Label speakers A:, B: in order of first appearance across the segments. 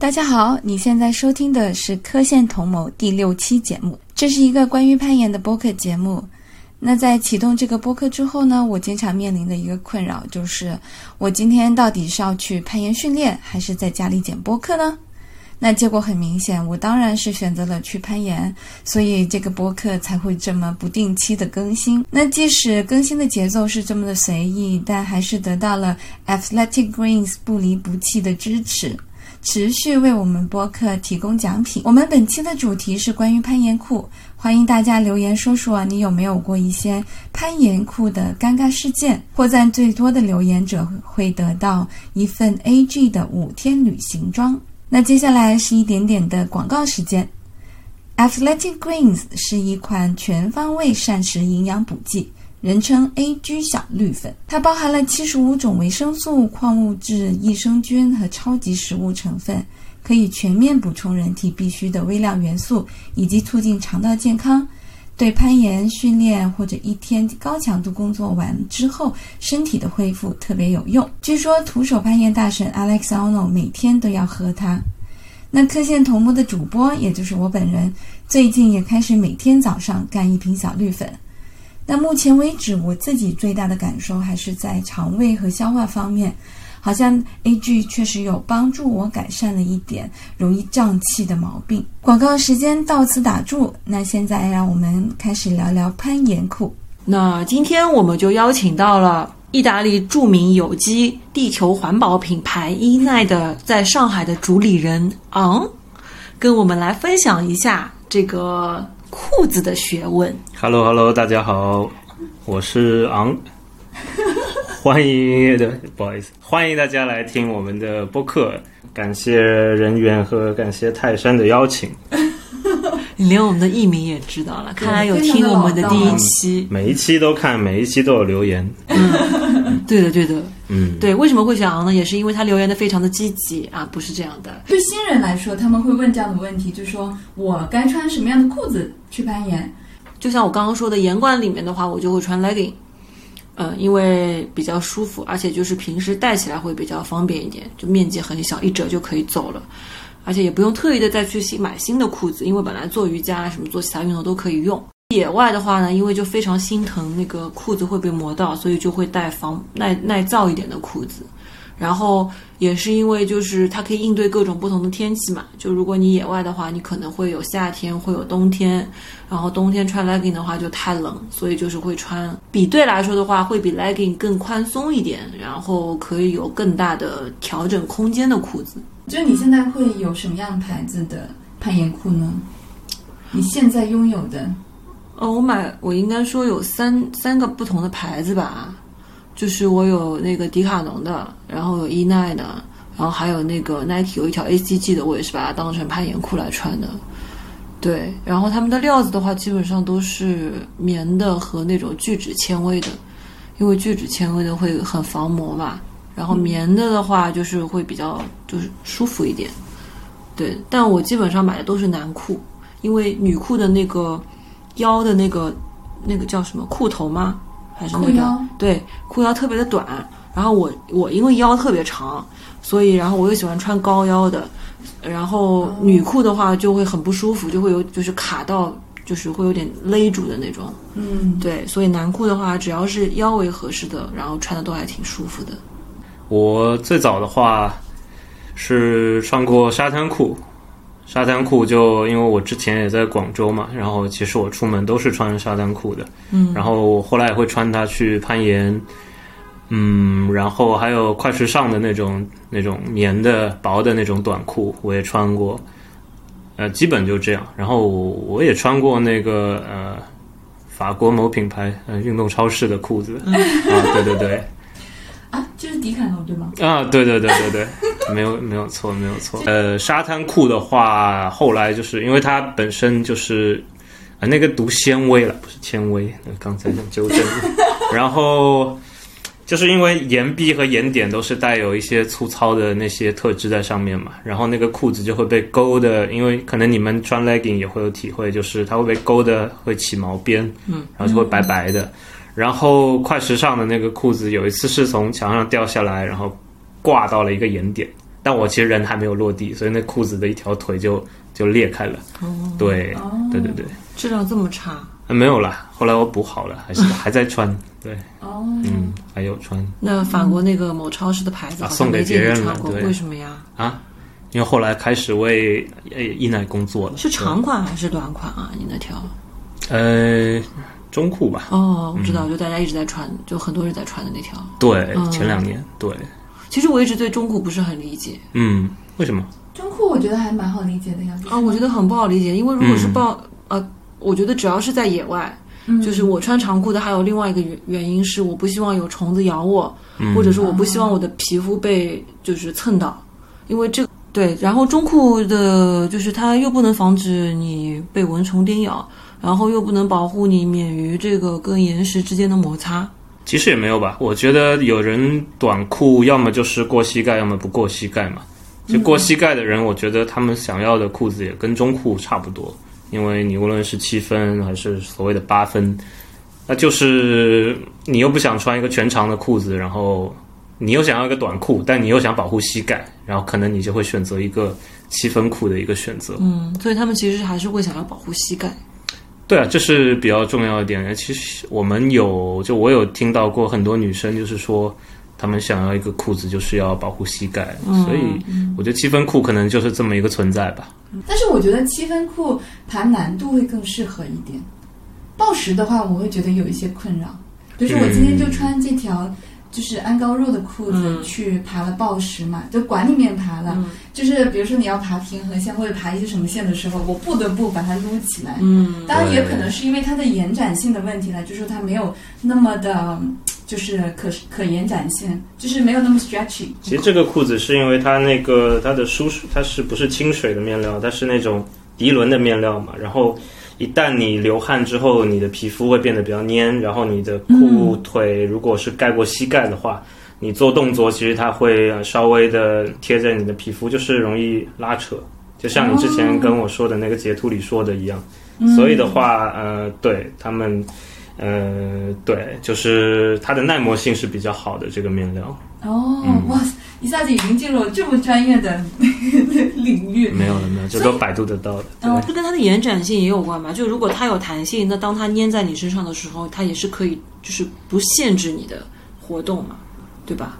A: 大家好，你现在收听的是《科线同谋》第六期节目，这是一个关于攀岩的播客节目。那在启动这个播客之后呢，我经常面临的一个困扰就是，我今天到底是要去攀岩训练，还是在家里剪播客呢？那结果很明显，我当然是选择了去攀岩，所以这个播客才会这么不定期的更新。那即使更新的节奏是这么的随意，但还是得到了 Athletic Greens 不离不弃的支持。持续为我们播客提供奖品。我们本期的主题是关于攀岩裤，欢迎大家留言说说你有没有过一些攀岩裤的尴尬事件。获赞最多的留言者会得到一份 AG 的五天旅行装。那接下来是一点点的广告时间。Athletic Greens 是一款全方位膳食营养补剂。人称 A G 小绿粉，它包含了七十五种维生素、矿物质、益生菌和超级食物成分，可以全面补充人体必需的微量元素，以及促进肠道健康。对攀岩训练或者一天高强度工作完之后身体的恢复特别有用。据说徒手攀岩大神 Alex Ono 每天都要喝它。那科线头目的主播，也就是我本人，最近也开始每天早上干一瓶小绿粉。那目前为止，我自己最大的感受还是在肠胃和消化方面，好像 A G 确实有帮助我改善了一点容易胀气的毛病。广告时间到此打住，那现在让我们开始聊聊攀岩裤。
B: 那今天我们就邀请到了意大利著名有机地球环保品牌伊奈的在上海的主理人昂、嗯，跟我们来分享一下这个。裤子的学问。
C: Hello Hello，大家好，我是昂，欢迎对，不好意思，欢迎大家来听我们的播客。感谢人员和感谢泰山的邀请。
B: 你连我们的艺名也知道了，看来有听我们的第一期。
C: 每一期都看，每一期都有留言。
B: 嗯，对的对的，
C: 嗯，
B: 对。为什么会选昂呢？也是因为他留言的非常的积极啊，不是这样的。
D: 对新人来说，他们会问这样的问题，就说我该穿什么样的裤子去攀岩？
B: 就像我刚刚说的，岩馆里面的话，我就会穿 legging，嗯、呃，因为比较舒服，而且就是平时戴起来会比较方便一点，就面积很小，一折就可以走了。而且也不用特意的再去新买新的裤子，因为本来做瑜伽啊什么做其他运动都可以用。野外的话呢，因为就非常心疼那个裤子会被磨到，所以就会带防耐耐造一点的裤子。然后也是因为就是它可以应对各种不同的天气嘛，就如果你野外的话，你可能会有夏天，会有冬天，然后冬天穿 legging 的话就太冷，所以就是会穿比对来说的话，会比 legging 更宽松一点，然后可以有更大的调整空间的裤子。
D: 就你现在会有什么样牌子的攀岩裤呢？你现在拥有的？
B: 哦，我买我应该说有三三个不同的牌子吧，就是我有那个迪卡侬的，然后有伊奈的，然后还有那个 Nike 有一条 ACG 的，我也是把它当成攀岩裤来穿的。对，然后他们的料子的话，基本上都是棉的和那种聚酯纤维的，因为聚酯纤维的会很防磨嘛。然后棉的的话，就是会比较就是舒服一点，对。但我基本上买的都是男裤，因为女裤的那个腰的那个那个叫什么裤头吗？还是那个对裤腰特别的短。然后我我因为腰特别长，所以然后我又喜欢穿高腰的。然后女裤的话就会很不舒服，就会有就是卡到，就是会有点勒住的那种。
D: 嗯，
B: 对。所以男裤的话，只要是腰围合适的，然后穿的都还挺舒服的。
C: 我最早的话是穿过沙滩裤，沙滩裤就因为我之前也在广州嘛，然后其实我出门都是穿沙滩裤的，
B: 嗯，
C: 然后我后来也会穿它去攀岩，嗯，然后还有快时尚的那种那种棉的薄的那种短裤我也穿过，呃，基本就这样。然后我也穿过那个呃法国某品牌呃运动超市的裤子，啊，对对对。
D: 啊，就是迪卡侬对吗？
C: 啊，对对对对对，没有没有错没有错。呃，沙滩裤的话，后来就是因为它本身就是啊、呃、那个读纤维了，不是纤维，刚才想纠正。然后就是因为岩壁和岩点都是带有一些粗糙的那些特质在上面嘛，然后那个裤子就会被勾的，因为可能你们穿 legging 也会有体会，就是它会被勾的会起毛边，
B: 嗯，
C: 然后就会白白的。然后快时尚的那个裤子，有一次是从墙上掉下来，然后挂到了一个岩点，但我其实人还没有落地，所以那裤子的一条腿就就裂开了。
B: 哦，
C: 对，对对对，
B: 质量这么差，
C: 呃没有啦，后来我补好了，还是还在穿。对，
A: 哦，
C: 嗯，还有穿，
B: 那法国那个某超市的牌子好
C: 啊
B: 像
C: 送给
B: 没见
C: 别
B: 你
C: 人
B: 穿
C: 了
B: 过，
C: 对
B: 为什么呀？
C: 啊因为后来开始为呃一奶工作了。
B: 是长款还是短款啊？你那条？
C: 对呃中裤吧？
B: 哦，我知
C: 嗯
B: 道，就大家一直在穿，就很多人在穿的那条。
C: 对，
B: 嗯
C: 前两年对，
B: 其实我一直对中裤不是很理解
C: 嗯，为什么？
A: 中裤我觉得还蛮好理解的样子
B: 啊，我觉得很不好理解，因为如果是报、呃，我觉得只要是在野外，就是我穿长裤的，还有另外一个原原因是我不希望有虫子咬我，
C: 嗯
B: 或者说我不希望我的皮肤被就是蹭到，因为这个对。然后中裤的就是它又不能防止你被蚊虫叮咬，然后又不能保护你免于这个跟岩石之间的摩擦。
C: 其实也没有吧，我觉得有人短裤要么就是过膝盖，要么不过膝盖嘛。就过膝盖的人，我觉得他们想要的裤子也跟中裤差不多，因为你无论是七分还是所谓的八分，那就是你又不想穿一个全长的裤子，然后你又想要一个短裤，但你又想保护膝盖，然后可能你就会选择一个七分裤的一个选择。
B: 嗯，所以他们其实还是会想要保护膝盖。
C: 对啊，这是比较重要一点。其实我们有，就我有听到过很多女生，就是说她们想要一个裤子，就是要保护膝盖，所以
B: 嗯
C: 我觉得七分裤可能就是这么一个存在吧。
A: 但是我觉得七分裤爬难度会更适合一点。暴食的话，我会觉得有一些困扰。比如说，我今天就穿这条就是安高肉的裤子
B: 嗯
A: 去爬了暴食嘛，就馆里面爬了。就是比如说你要爬平衡线或者爬一些什么线的时候，我不得不把它撸起来。
B: 嗯
A: 当然也
C: 对
A: 可能是因为它的延展性的问题了，就是它没有那么的，就是可可延展性，就是没有那么 stretchy。
C: 其实这个裤子是因为它那个它的舒适，它是不是清水的面料？它是那种涤纶的面料嘛。然后一旦你流汗之后，你的皮肤会变得比较黏，然后你的裤腿如果是盖过膝盖的话，你做动作其实它会呃稍微的贴在你的皮肤，就是容易拉扯。就像你之前跟我说的那个截图里说的一样，所以的话，呃，对他们，呃，对，就是它的耐磨性是比较好的这个面料。
A: 哦，
C: 嗯
A: 哇塞，一下子已经进入了这么专业的 领域。
C: 没有了，没有，这都百度得到的。对
B: 这跟它的延展性也有关吧？就如果它有弹性，那当它粘在你身上的时候，它也是可以就是不限制你的活动嘛，对吧？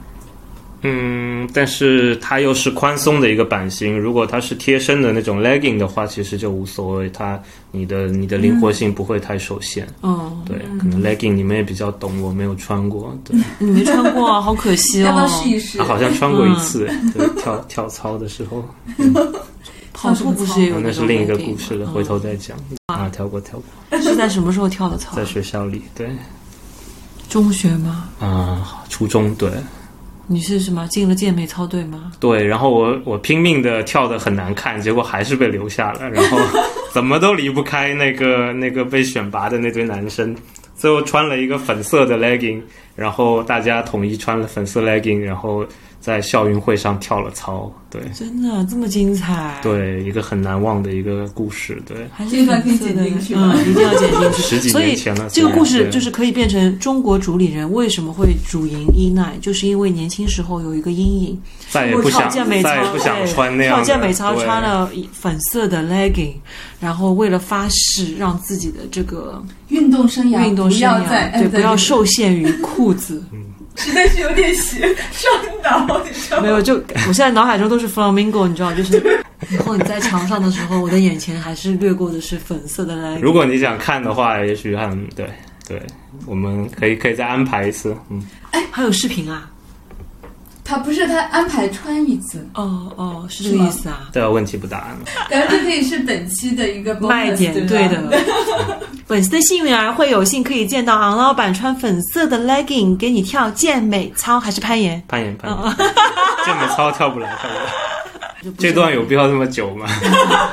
C: 嗯，但是它又是宽松的一个版型，如果它是贴身的那种 legging 的话，其实就无所谓，它你的你的灵活性不会太受限。
B: 嗯，
C: 对，可能 legging 你们也比较懂，我没有穿过，对，
B: 你没穿过啊，好可 惜哦。
A: 要不要试一试？
C: 啊、好像穿过一次，
B: 嗯
C: 对，跳跳操的时候，
B: 跑步不是也有
C: 啊那是
B: 种
C: 另一个
B: 规定
C: 故事了，
B: 吗
C: 回头再讲。啊，跳过跳过，
B: 嗯是在什么时候跳的啊操
C: 在？学校里，对，
B: 中学吗？
C: 啊，初中对
B: 你是什么进了健美操队吗？
C: 对，然后我我拼命的跳的很难看，结果还是被留下了，然后怎么都离不开那个那个被选拔的那堆男生。最后穿了一个粉色的 legging，然后大家统一穿了粉色 legging，然后在校运会上跳了操。对
B: 真的这么精彩？，
C: 对，一个很难忘的一个一个故事。对，
B: 还是
A: 这一段可以
B: 粉色的
A: 剪进去吗
B: 嗯，一定要剪进去。
C: 十几
B: 所
C: 年
B: 以
C: 前了。
B: 这个
C: 虽然
B: 故事
C: 对
B: 就是可以变成中国主理人为什么会主赢伊奈，就是因为年轻时候有一个阴影，
C: 再也
B: 我
C: 不
B: 跳
C: 想
B: 健美操，
C: 再也不想
B: 对
C: 穿那样
B: 跳
C: 的。
B: 健美操
C: 对
B: 穿了一粉色的 legging，然后为了发誓让自己的这个
A: 运动生涯，
B: 运动
A: 不
B: 生
A: 要再
B: 涯， 对，不要
A: 受，
B: 受限 于裤子。
A: 实在是有点斜上脑，你知道吗？
B: 没有，就我现在脑海中都是 flamingo，你知道，就是以后你在墙上的时候，我的眼前还是掠过的是粉色的 legging。
C: 如果你想看的话，也许很对对，我们可以可以再安排一次。嗯，
B: 还有视频啊？
A: 他不是他安排穿一次，
B: 哦哦，是
A: 是
B: 这个
A: 吗
B: 意思啊。
C: 这个问题不大。嗯
A: 然后这可以是本期的一个 bonus，
B: 卖点
A: 对
B: 对
A: 吧
B: 的。 本次的幸运儿会有幸可以见到昂老板穿粉色的 legging 给你跳健美操，还是攀岩？
C: 攀岩攀
A: 哦
C: 岩，健美操跳不来，跳不来。
B: 就不是
C: 这段有必要这么久吗？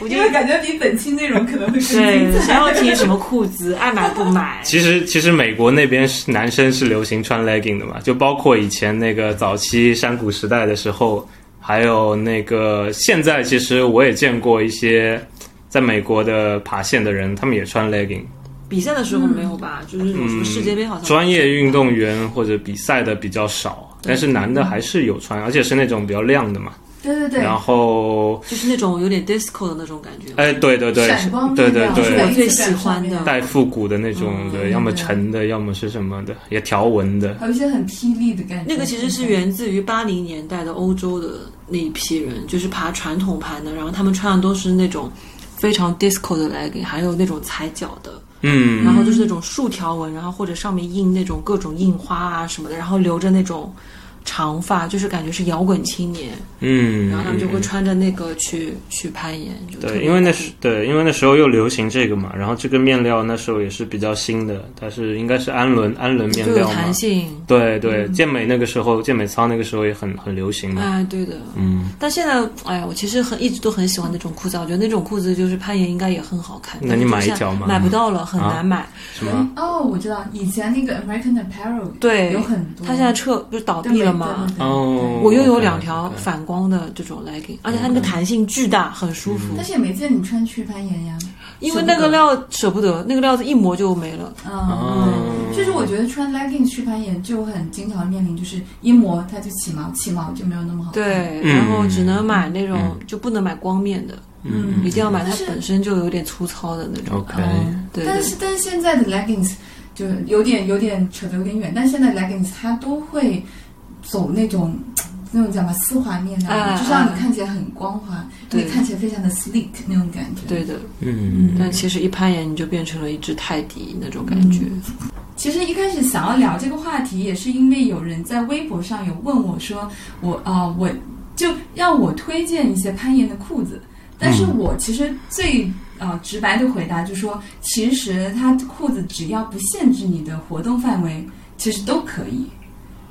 B: 我就
A: 因为感觉比本期内容可能会更精
B: 对，
A: 彩。
B: 想要提什么裤子，爱买不买。
C: 其实其实美国那边是男生是流行穿 legging 的嘛，就包括以前那个早期山谷时代的时候，还有那个现在，其实我也见过一些在美国的爬线的人，他们也穿 legging。
B: 比
C: 嗯
A: 哦
B: 赛的时候没有吧？就是那种什么世界杯好像
A: 嗯
C: 专业运动员或者比赛的比较少，但是男的还是有穿，而且是那种比较亮的嘛。
A: 对对对，
C: 然后，
B: 就是那种有点 disco 的那种感觉。
C: 哎，对对对，
A: 闪光
C: 对
A: 灯
C: 对
A: 亮
B: 是
C: 对，
B: 我最喜欢的
C: 带复古的那种的，
A: 嗯
C: 要么
A: 对
C: 沉的，要么是什么的，也条纹的。
A: 还有一些很霹雳的感觉。
B: 那个其实
C: 嗯
B: 是源自于八零年代的欧洲的那一批人，就是爬传统盘的，然后他们穿的都是那种非常 disco 的 legging，还有那种踩脚的，
C: 嗯，
B: 然后就是那种竖条纹，然后或者上面印那种各种印花啊什么的，然后留着那种长发，就是感觉是摇滚青年，
C: 嗯，
B: 然后他们就会
C: 嗯
B: 穿着那个去去攀岩，就特别
C: 对，因为那
B: 酷
C: 时对，因为那时候又流行这个嘛，然后这个面料那时候也是比较新的，它是应该是氨纶氨纶面
B: 就有
C: 料嘛
B: 弹。性。
C: 对对，健美那个时候，健美操那个时候也很很流行嘛。
B: 嗯哎，对的，
C: 嗯，
B: 但现在，哎呀，我其实很一直都很喜欢那种裤子，啊我觉得那种裤子就是攀岩应该也很好看。
C: 那
B: 但
C: 你
B: 是
C: 买一
B: 现在
C: 条吗
B: 买不到了，很
C: 啊
B: 难买。
C: 什么？
A: 哦，我知道以前那个 American Apparel
B: 对
A: 有很多，
B: 他现在撤不是倒闭了
A: 对？
B: 吗？
A: 对对
C: 哦，
B: 我又有
C: OK，
B: 两条
C: OK 嗯
B: 反光的这种 legging，而且它那个弹性巨大，很舒服
A: 对。但是也没见你穿去攀岩呀。
B: 因为那个料舍不得，那个料子一磨就没了。
A: 嗯，
C: 哦，
A: 就是我觉得穿 legging 去攀岩就很经常面临，就是一磨它就起毛，起毛就没有那么好看。
B: 对，
C: 嗯
B: 然后只能买那种，就不能买光面的，
A: 嗯
B: 一定要买它
A: 但是
B: 本身就有点粗糙的那种。
C: OK
B: 嗯对，
A: 但是但是现在的 leggings 就有点有点扯得有点远，但现在 leggings 它都会走那种那种叫什么丝滑面料，
B: 哎
A: 就是让你看起来很光滑，
B: 对
A: 你看起来非常的 sleek 那种感觉。，
B: 对的。
C: 嗯，
B: 但其实一攀岩你就变成了一只泰迪那种感觉。
C: 嗯
A: 其实一开始想要聊这个话题，也是因为有人在微博上有问我说，我啊、我就让我推荐一些攀岩的裤子，但是
C: 嗯
A: 我其实最啊、呃直白的回答就是说，其实它裤子只要不限制你的活动范围，其实都可以。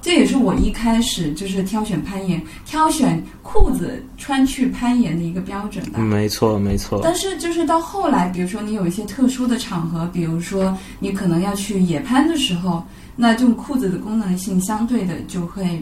A: 这也是我一开始就是挑选攀岩、挑选裤子穿去攀岩的一个标准吧。
C: 没错没错，
A: 但是就是到后来，比如说你有一些特殊的场合，比如说你可能要去野攀的时候，那这种裤子的功能性相对的就会，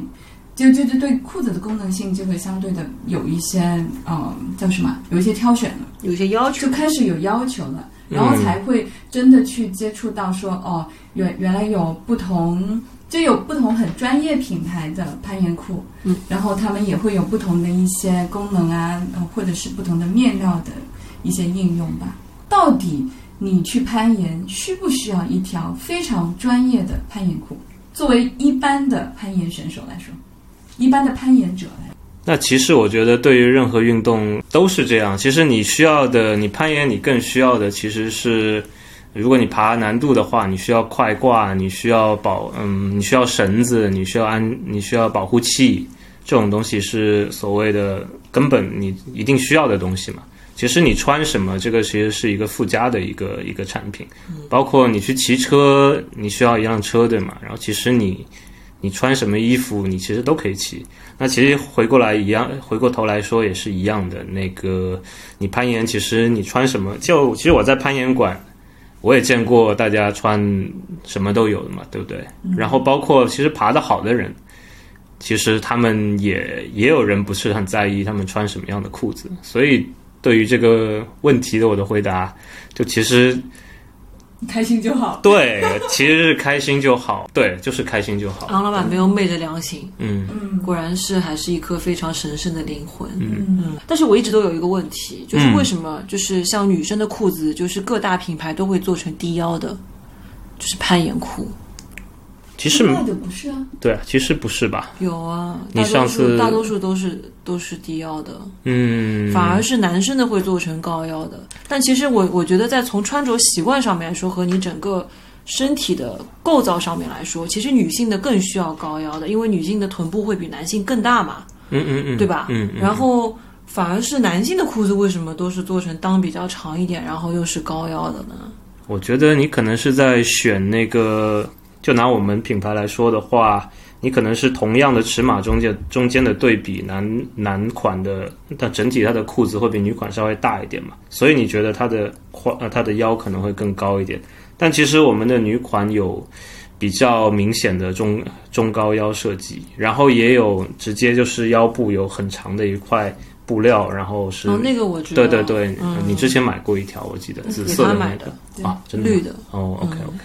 A: 就就就对裤子的功能性就会相对的有一些呃叫什么，有一些挑选了，
B: 有些要求
A: 就开始有要求了，然后才会真的去接触到说哦，原原来有不同。就有不同很专业品牌的攀岩裤，
B: 嗯，
A: 然后他们也会有不同的一些功能啊，呃或者是不同的面料的一些应用吧。到底你去攀岩需不需要一条非常专业的攀岩裤？作为一般的攀岩选手来说，一般的攀岩者来说，
C: 那其实我觉得，对于任何运动都是这样。其实你需要的，你攀岩，你更需要的其实是，如果你爬难度的话，你需要快挂，你需要保，嗯，你需要绳子，你需要安，你需要保护器，这种东西是所谓的根本你一定需要的东西嘛。其实你穿什么，这个其实是一个附加的一个一个产品，包括你去骑车，你需要一辆车，对吗？然后其实你你穿什么衣服，你其实都可以骑。那其实回过来一样，回过头来说也是一样的。那个你攀岩，其实你穿什么，就其实我在攀岩馆，我也见过大家穿什么都有的嘛，对不对？
B: 嗯
C: 然后包括其实爬得好的人，其实他们也也有人不是很在意他们穿什么样的裤子。所以对于这个问题的我的回答，就其实
A: 你开心就好。
C: 对，其实是开心就好，对，就是开心就好。
B: 昂老板没有昧着良心，
C: 嗯
A: 嗯
B: 果然是还是一颗非常神圣的灵魂。
A: 嗯，
B: 嗯，但是我一直都有一个问题，就是
C: 嗯
B: 为什么就是像女生的裤子，就是各大品牌都会做成低腰的，就是攀岩裤。
C: 其实
A: 卖的不是啊，
C: 对，其实不是吧？
B: 有啊，
C: 你
B: 大
C: 上
B: 多
C: 次
B: 数大多数都是都是低腰的，
C: 嗯，
B: 反而是男生的会做成高腰的。但其实我我觉得，在从穿着习惯上面来说，和你整个身体的构造上面来说，其实女性的更需要高腰的，因为女性的臀部会比男性更大嘛。
C: 嗯嗯嗯，
B: 对吧？
C: 嗯，嗯
B: 然后反而是男性的裤子为什么都是做成裆比较长一点，然后又是高腰的呢？
C: 我觉得你可能是在选那个，就拿我们品牌来说的话，你可能是同样的尺码中间中间的对比，男男款的，但整体它的裤子会比女款稍微大一点嘛，所以你觉得它的宽呃它的腰可能会更高一点，但其实我们的女款有。比较明显的中中高腰设计，然后也有直接就是腰部有很长的一块布料，然后是、
B: 哦，那个我知道，
C: 对对对，
B: 嗯、
C: 你之前买过一条，我记得紫
B: 给
C: 色
B: 他
C: 那
B: 买
C: 个
B: 的
A: 对
C: 啊，真的吗
B: 绿的，嗯
C: 哦，OK OK，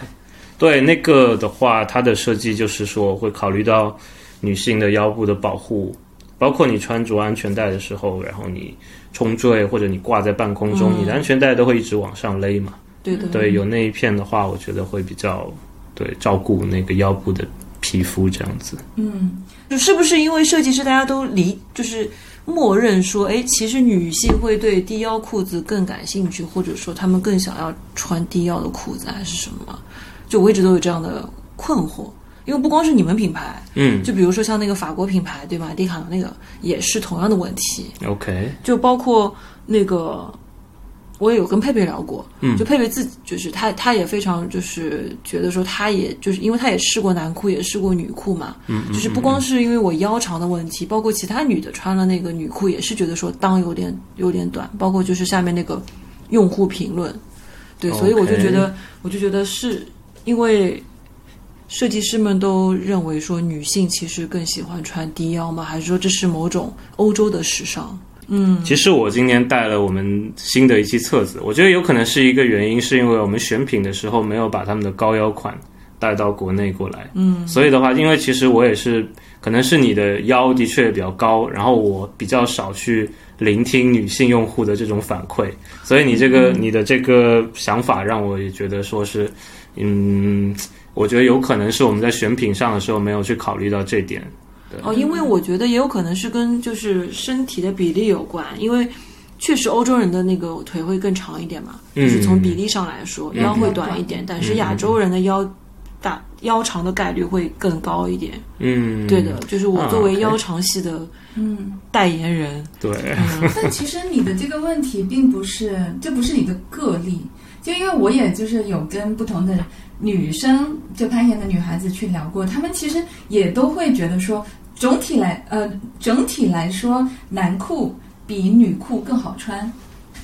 C: 对那个的话，它的设计就是说会考虑到女性的腰部的保护，包括你穿着安全带的时候，然后你冲坠或者你挂在半空中，
B: 嗯
C: 你的安全带都会一直往上勒嘛。
B: 对的，
C: 对，有那一片的话，我觉得会比较对照顾那个腰部的皮肤这样子。
A: 嗯，
B: 就是不是因为设计师大家都理就是默认说，哎，其实女性会对低腰裤子更感兴趣，或者说她们更想要穿低腰的裤子，还是什么？就我一直都有这样的困惑，因为不光是你们品牌，
C: 嗯
B: 就比如说像那个法国品牌对吧，迪卡侬那个也是同样的问题，
C: ，OK，
B: 就包括那个。我也有跟佩佩聊过，
C: 嗯
B: 就佩佩自己就是她，她也非常就是觉得说，她也就是因为她也试过男裤，也试过女裤嘛，
C: 嗯，
B: 就是不光是因为我腰长的问题，包括其他女的穿了那个女裤也是觉得说裆有点有点短，包括就是下面那个用户评论，对，所以我就
C: OK
B: 觉得我就觉得是因为设计师们都认为说女性其实更喜欢穿低腰吗？还是说这是某种欧洲的时尚？
C: 其实我今年带了我们新的一期册子，我觉得有可能是一个原因，是因为我们选品的时候没有把他们的高腰款带到国内过来。嗯，所以的话，因为其实我也是，可能是你的腰的确比较高，然后我比较少去聆听女性用户的这种反馈，所以你这
B: 嗯
C: 个、你的这个想法让我也觉得说是，嗯，我觉得有可能是我们在选品上的时候没有去考虑到这点。
B: 哦，因为我觉得也有可能是跟就是身体的比例有关，因为确实欧洲人的那个腿会更长一点嘛，就是从比例上来说，
C: 嗯
B: 腰会短一点，但是亚洲人的腰大腰长的概率会更高一点。
C: 嗯，
B: 对的，，就是我
C: 啊
B: 作为
C: OK
B: 腰长系的
A: 嗯，
B: 代言人，嗯
C: 对，
A: 但其实你的这个问题并不是，这不是你的个例，就因为我也就是有跟不同的女生，就攀岩的女孩子去聊过，她们其实也都会觉得说，总体来呃，整体来说，男裤比女裤更好穿，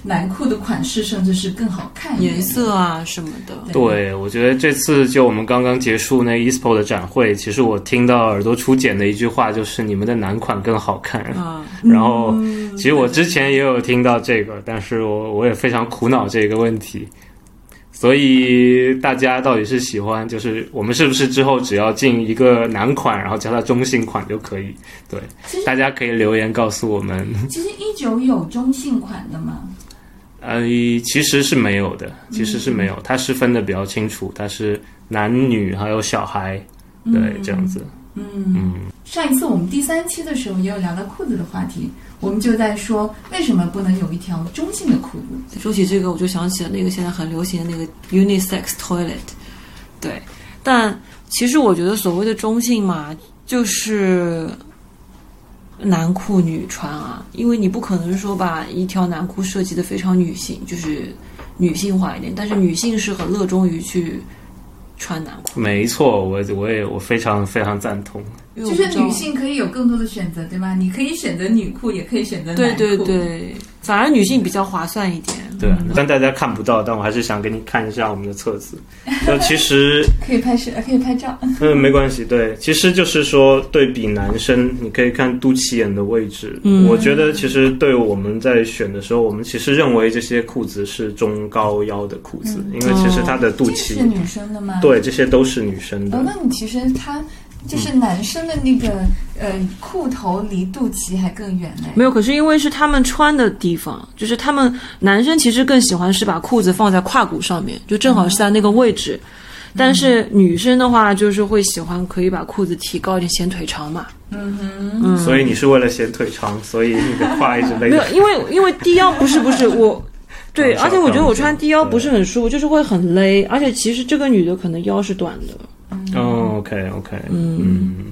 A: 男裤的款式甚至是更好看一点
B: 颜色啊什么的。
C: 对，我觉得这次就我们刚刚结束那 ESPO 的展会，其实我听到耳朵出茧的一句话就是你们的男款更好看。
A: 嗯
B: 啊，
C: 然后，其实我之前也有听到这个，但是我我也非常苦恼这个问题。所以大家到底是喜欢，就是我们是不是之后只要进一个男款，然后叫它中性款就可以？对
A: 其实，
C: 大家可以留言告诉我们。
A: 其实一九有中性款的嘛，
C: 呃，其实是没有的，其实是
A: 嗯
C: 没有，它是分的比较清楚，它是男女还有小孩，对，
A: 嗯
C: 这样子，
A: 嗯。
C: 嗯，
A: 上一次我们第三期的时候也有聊到裤子的话题，我们就在说为什么不能有一条中性的裤子？
B: 说起这个，我就想起了那个现在很流行的那个 unisex toilet，对，但其实我觉得所谓的中性嘛，就是男裤女穿啊，因为你不可能说把一条男裤设计的非常女性，就是女性化一点，但是女性是很乐衷于去穿男裤，
C: 没错，我我也我非常非常赞同，
B: 因为
A: 就
B: 哎我不知
A: 是
B: 道
A: 女性可以有更多的选择，对吧？你可以选择女裤，也可以选择男
B: 对
A: 裤。
B: 对。对，反而女性比较划算一点，
C: 对，
A: 嗯
C: 虽然大家看不到，但我还是想给你看一下我们的册子。就其实，
A: 可以拍摄，可以拍
B: 啊
A: 照。
C: 嗯，没关系，对，其实就是说对比男生，你可以看肚脐眼的位置。
B: 嗯
C: 我觉得其实对我们在选的时候，我们其实认为这些裤子是中高腰的裤子，因为其实它的肚
A: 嗯哦这
C: 脐
A: 是女生的吗？。
C: 对，这些都是女生的
A: 哦，。那你其实他
B: 嗯
A: 就是男生的那个、呃裤头离肚脐还更远呢。
B: 没有，可是因为是他们穿的地方，就是他们男生其实更喜欢是把裤子放在胯骨上面，就正好是在那个位置。
A: 嗯
B: 但是女生的话，就是会喜欢可以把裤子提高一点，显腿长嘛。嗯
C: 所以你是为了显腿长，所以你的胯一直勒
B: 没有
C: 着。，
B: 因为因为低腰不是不是我， 对，而且我觉得我穿低腰不是很舒服，就是会很勒。而且其实这个女的可能腰是短的，
C: 哦，OK OK，嗯，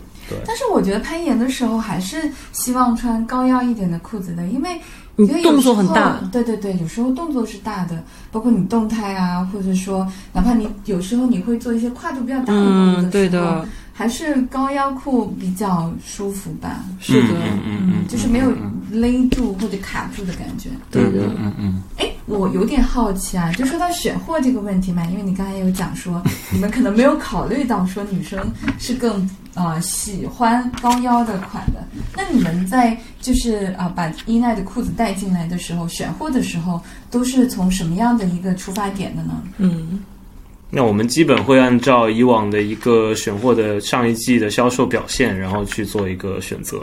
A: 但是我觉得攀岩的时候还是希望穿高腰一点的裤子的，因为
B: 你
A: 觉得有
B: 动作
A: 时
B: 很
A: 候
B: 大。
A: 对对对，有时候动作是大的，包括你动态啊，或者说哪怕你有时候你会做一些跨度比较大的动作
B: 嗯，对的，，
A: 还是高腰裤比较舒服吧，
B: 是的，
C: 嗯嗯嗯，
A: 就是没有勒住或者卡住的感觉。
B: 对的。
C: 嗯嗯
A: 哎，我有点好奇啊，就说到选货这个问题嘛，因为你刚才有讲说，你们可能没有考虑到说女生是更呃喜欢高腰的款的。那你们在就是啊、呃把伊奈的裤子带进来的时候，选货的时候都是从什么样的一个出发点的呢？
B: 嗯，
C: 那我们基本会按照以往的一个选货的上一季的销售表现，然后去做一个选择。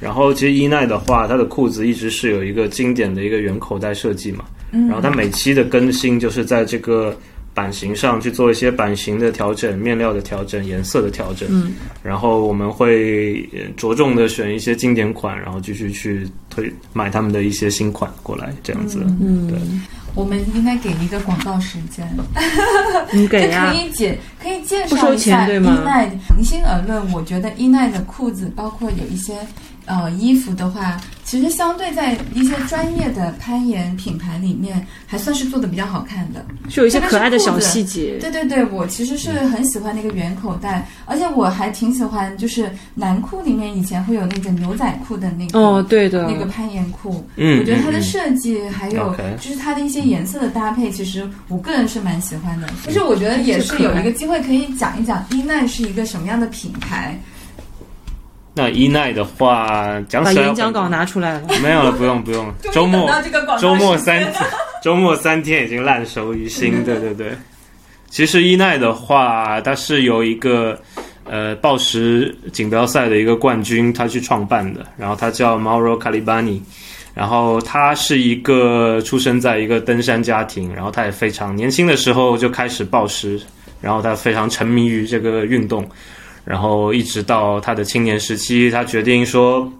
C: 然后其实伊奈的话，它的裤子一直是有一个经典的一个圆口袋设计嘛，
A: 嗯
C: 然后它每期的更新就是在这个版型上去做一些版型的调整、面料的调整、颜色的调整，
B: 嗯，
C: 然后我们会呃着重的选一些经典款，然后继续去推买他们的一些新款过来，这样子。
B: 嗯，
C: 对
A: 我们应该给一个广告时间，
B: 你给啊
A: 这
B: 呀
A: 可、以解，可以介
B: 不
A: 绍
B: 收
A: 一
B: 钱
A: 下
B: 对
A: 伊
B: 吗
A: 奈。平心而论，我觉得伊奈的裤子，包括有一些呃衣服的话，其实相对在一些专业的攀岩品牌里面，还算是做的比较好看的。
B: 就有一些可爱的
A: 这
B: 小
A: 个是裤子
B: 细节。
A: 对对对，我其实是很喜欢那个圆口袋，而且我还挺喜欢，就是男裤里面以前会有那个牛仔裤的那个
B: 哦，对的，
A: 那个攀岩裤，
C: 嗯
A: 我觉得它
C: 嗯
A: 的
C: 嗯
A: 设计还有
C: OK
A: 就是它的一些颜色的搭配，其实我个人是蛮喜欢的。
C: 嗯
A: 就是我觉得也是有一个机会可以讲一讲伊奈是一个什么样的品牌。，
C: 那伊奈的话，讲
B: 把
C: 起来
B: 演讲稿拿出来了。
C: 没有了，不用不用 周
A: 终于等
C: 末
A: 到这个广告
C: 周末
A: 时间
C: 三 周末三天已经烂熟于心，对对对。其实伊奈的话，它是由一个呃报时锦标赛的一个冠军他去创办的，然后他叫 Mauro Calibani，然后他是一个出生在一个登山家庭，然后他也非常年轻的时候就开始报时，然后他非常沉迷于这个运动，然后一直到他的青年时期，他决定说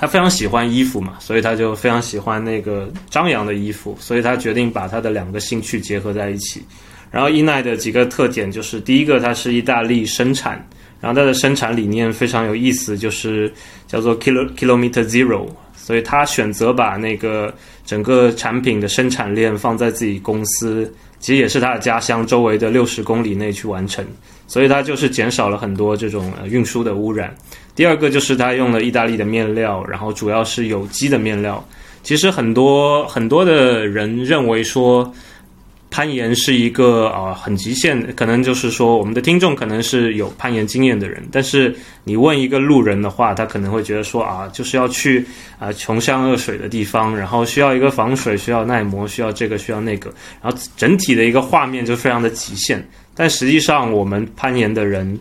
C: 他非常喜欢衣服嘛，所以他就非常喜欢那个张扬的衣服，所以他决定把他的两个兴趣结合在一起。然后伊奈的几个特点就是，第一个，它是意大利生产，然后它的生产理念非常有意思，就是叫做 kilo kilometer zero，所以他选择把那个整个产品的生产链放在自己公司，其实也是他的家乡周围的六十公里内去完成，所以他就是减少了很多这种呃运输的污染。第二个就是它用了意大利的面料，然后主要是有机的面料。其实很多很多的人认为说，攀岩是一个啊、呃很极限，可能就是说我们的听众可能是有攀岩经验的人，但是你问一个路人的话，他可能会觉得说啊，就是要去啊、穷山恶水的地方，然后需要一个防水，需要耐磨，需要这个需要那个，然后整体的一个画面就非常的极限。但实际上，我们攀岩的人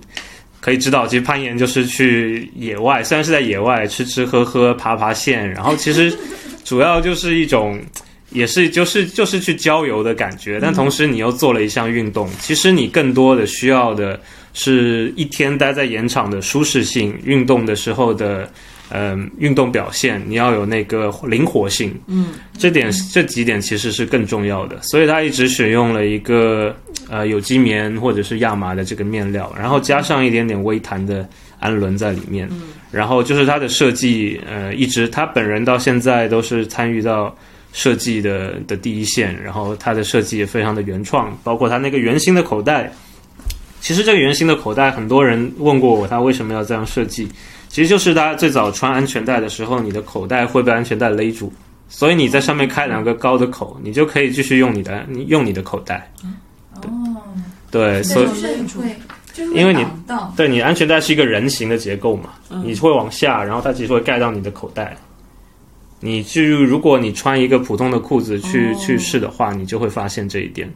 C: 可以知道，其实攀岩就是去野外，虽然是在野外吃吃喝喝、爬爬线，然后其实主要就是一种，也是就是就是去郊游的感觉。但同时你又做了一项运动，其实你更多的需要的是一天待在岩场的舒适性，运动的时候的。嗯，运动表现你要有那个灵活性，
B: 嗯，
C: 这点这几点其实是更重要的，所以他一直选用了一个呃有机棉或者是亚麻的这个面料，然后加上一点点微弹的氨纶在里面，然后就是它的设计，呃，一直他本人到现在都是参与到设计的的第一线，然后它的设计也非常的原创，包括它那个圆形的口袋。其实这个圆形的口袋，很多人问过我，他为什么要这样设计？其实就是大家最早穿安全带的时候，你的口袋会被安全带勒住，所以你在上面开两个高的口，你就可以继续用你的你用你的口袋。
A: 哦，
C: 对，所
A: 对，
C: 以
A: 就是会，就是
C: 因为
A: 会
C: 你
A: 挡到。
C: 对你安全带是一个人形的结构嘛，你会往下，然后它其实会盖到你的口袋。你去，如果你穿一个普通的裤子去、去试的话，你就会发现这一点。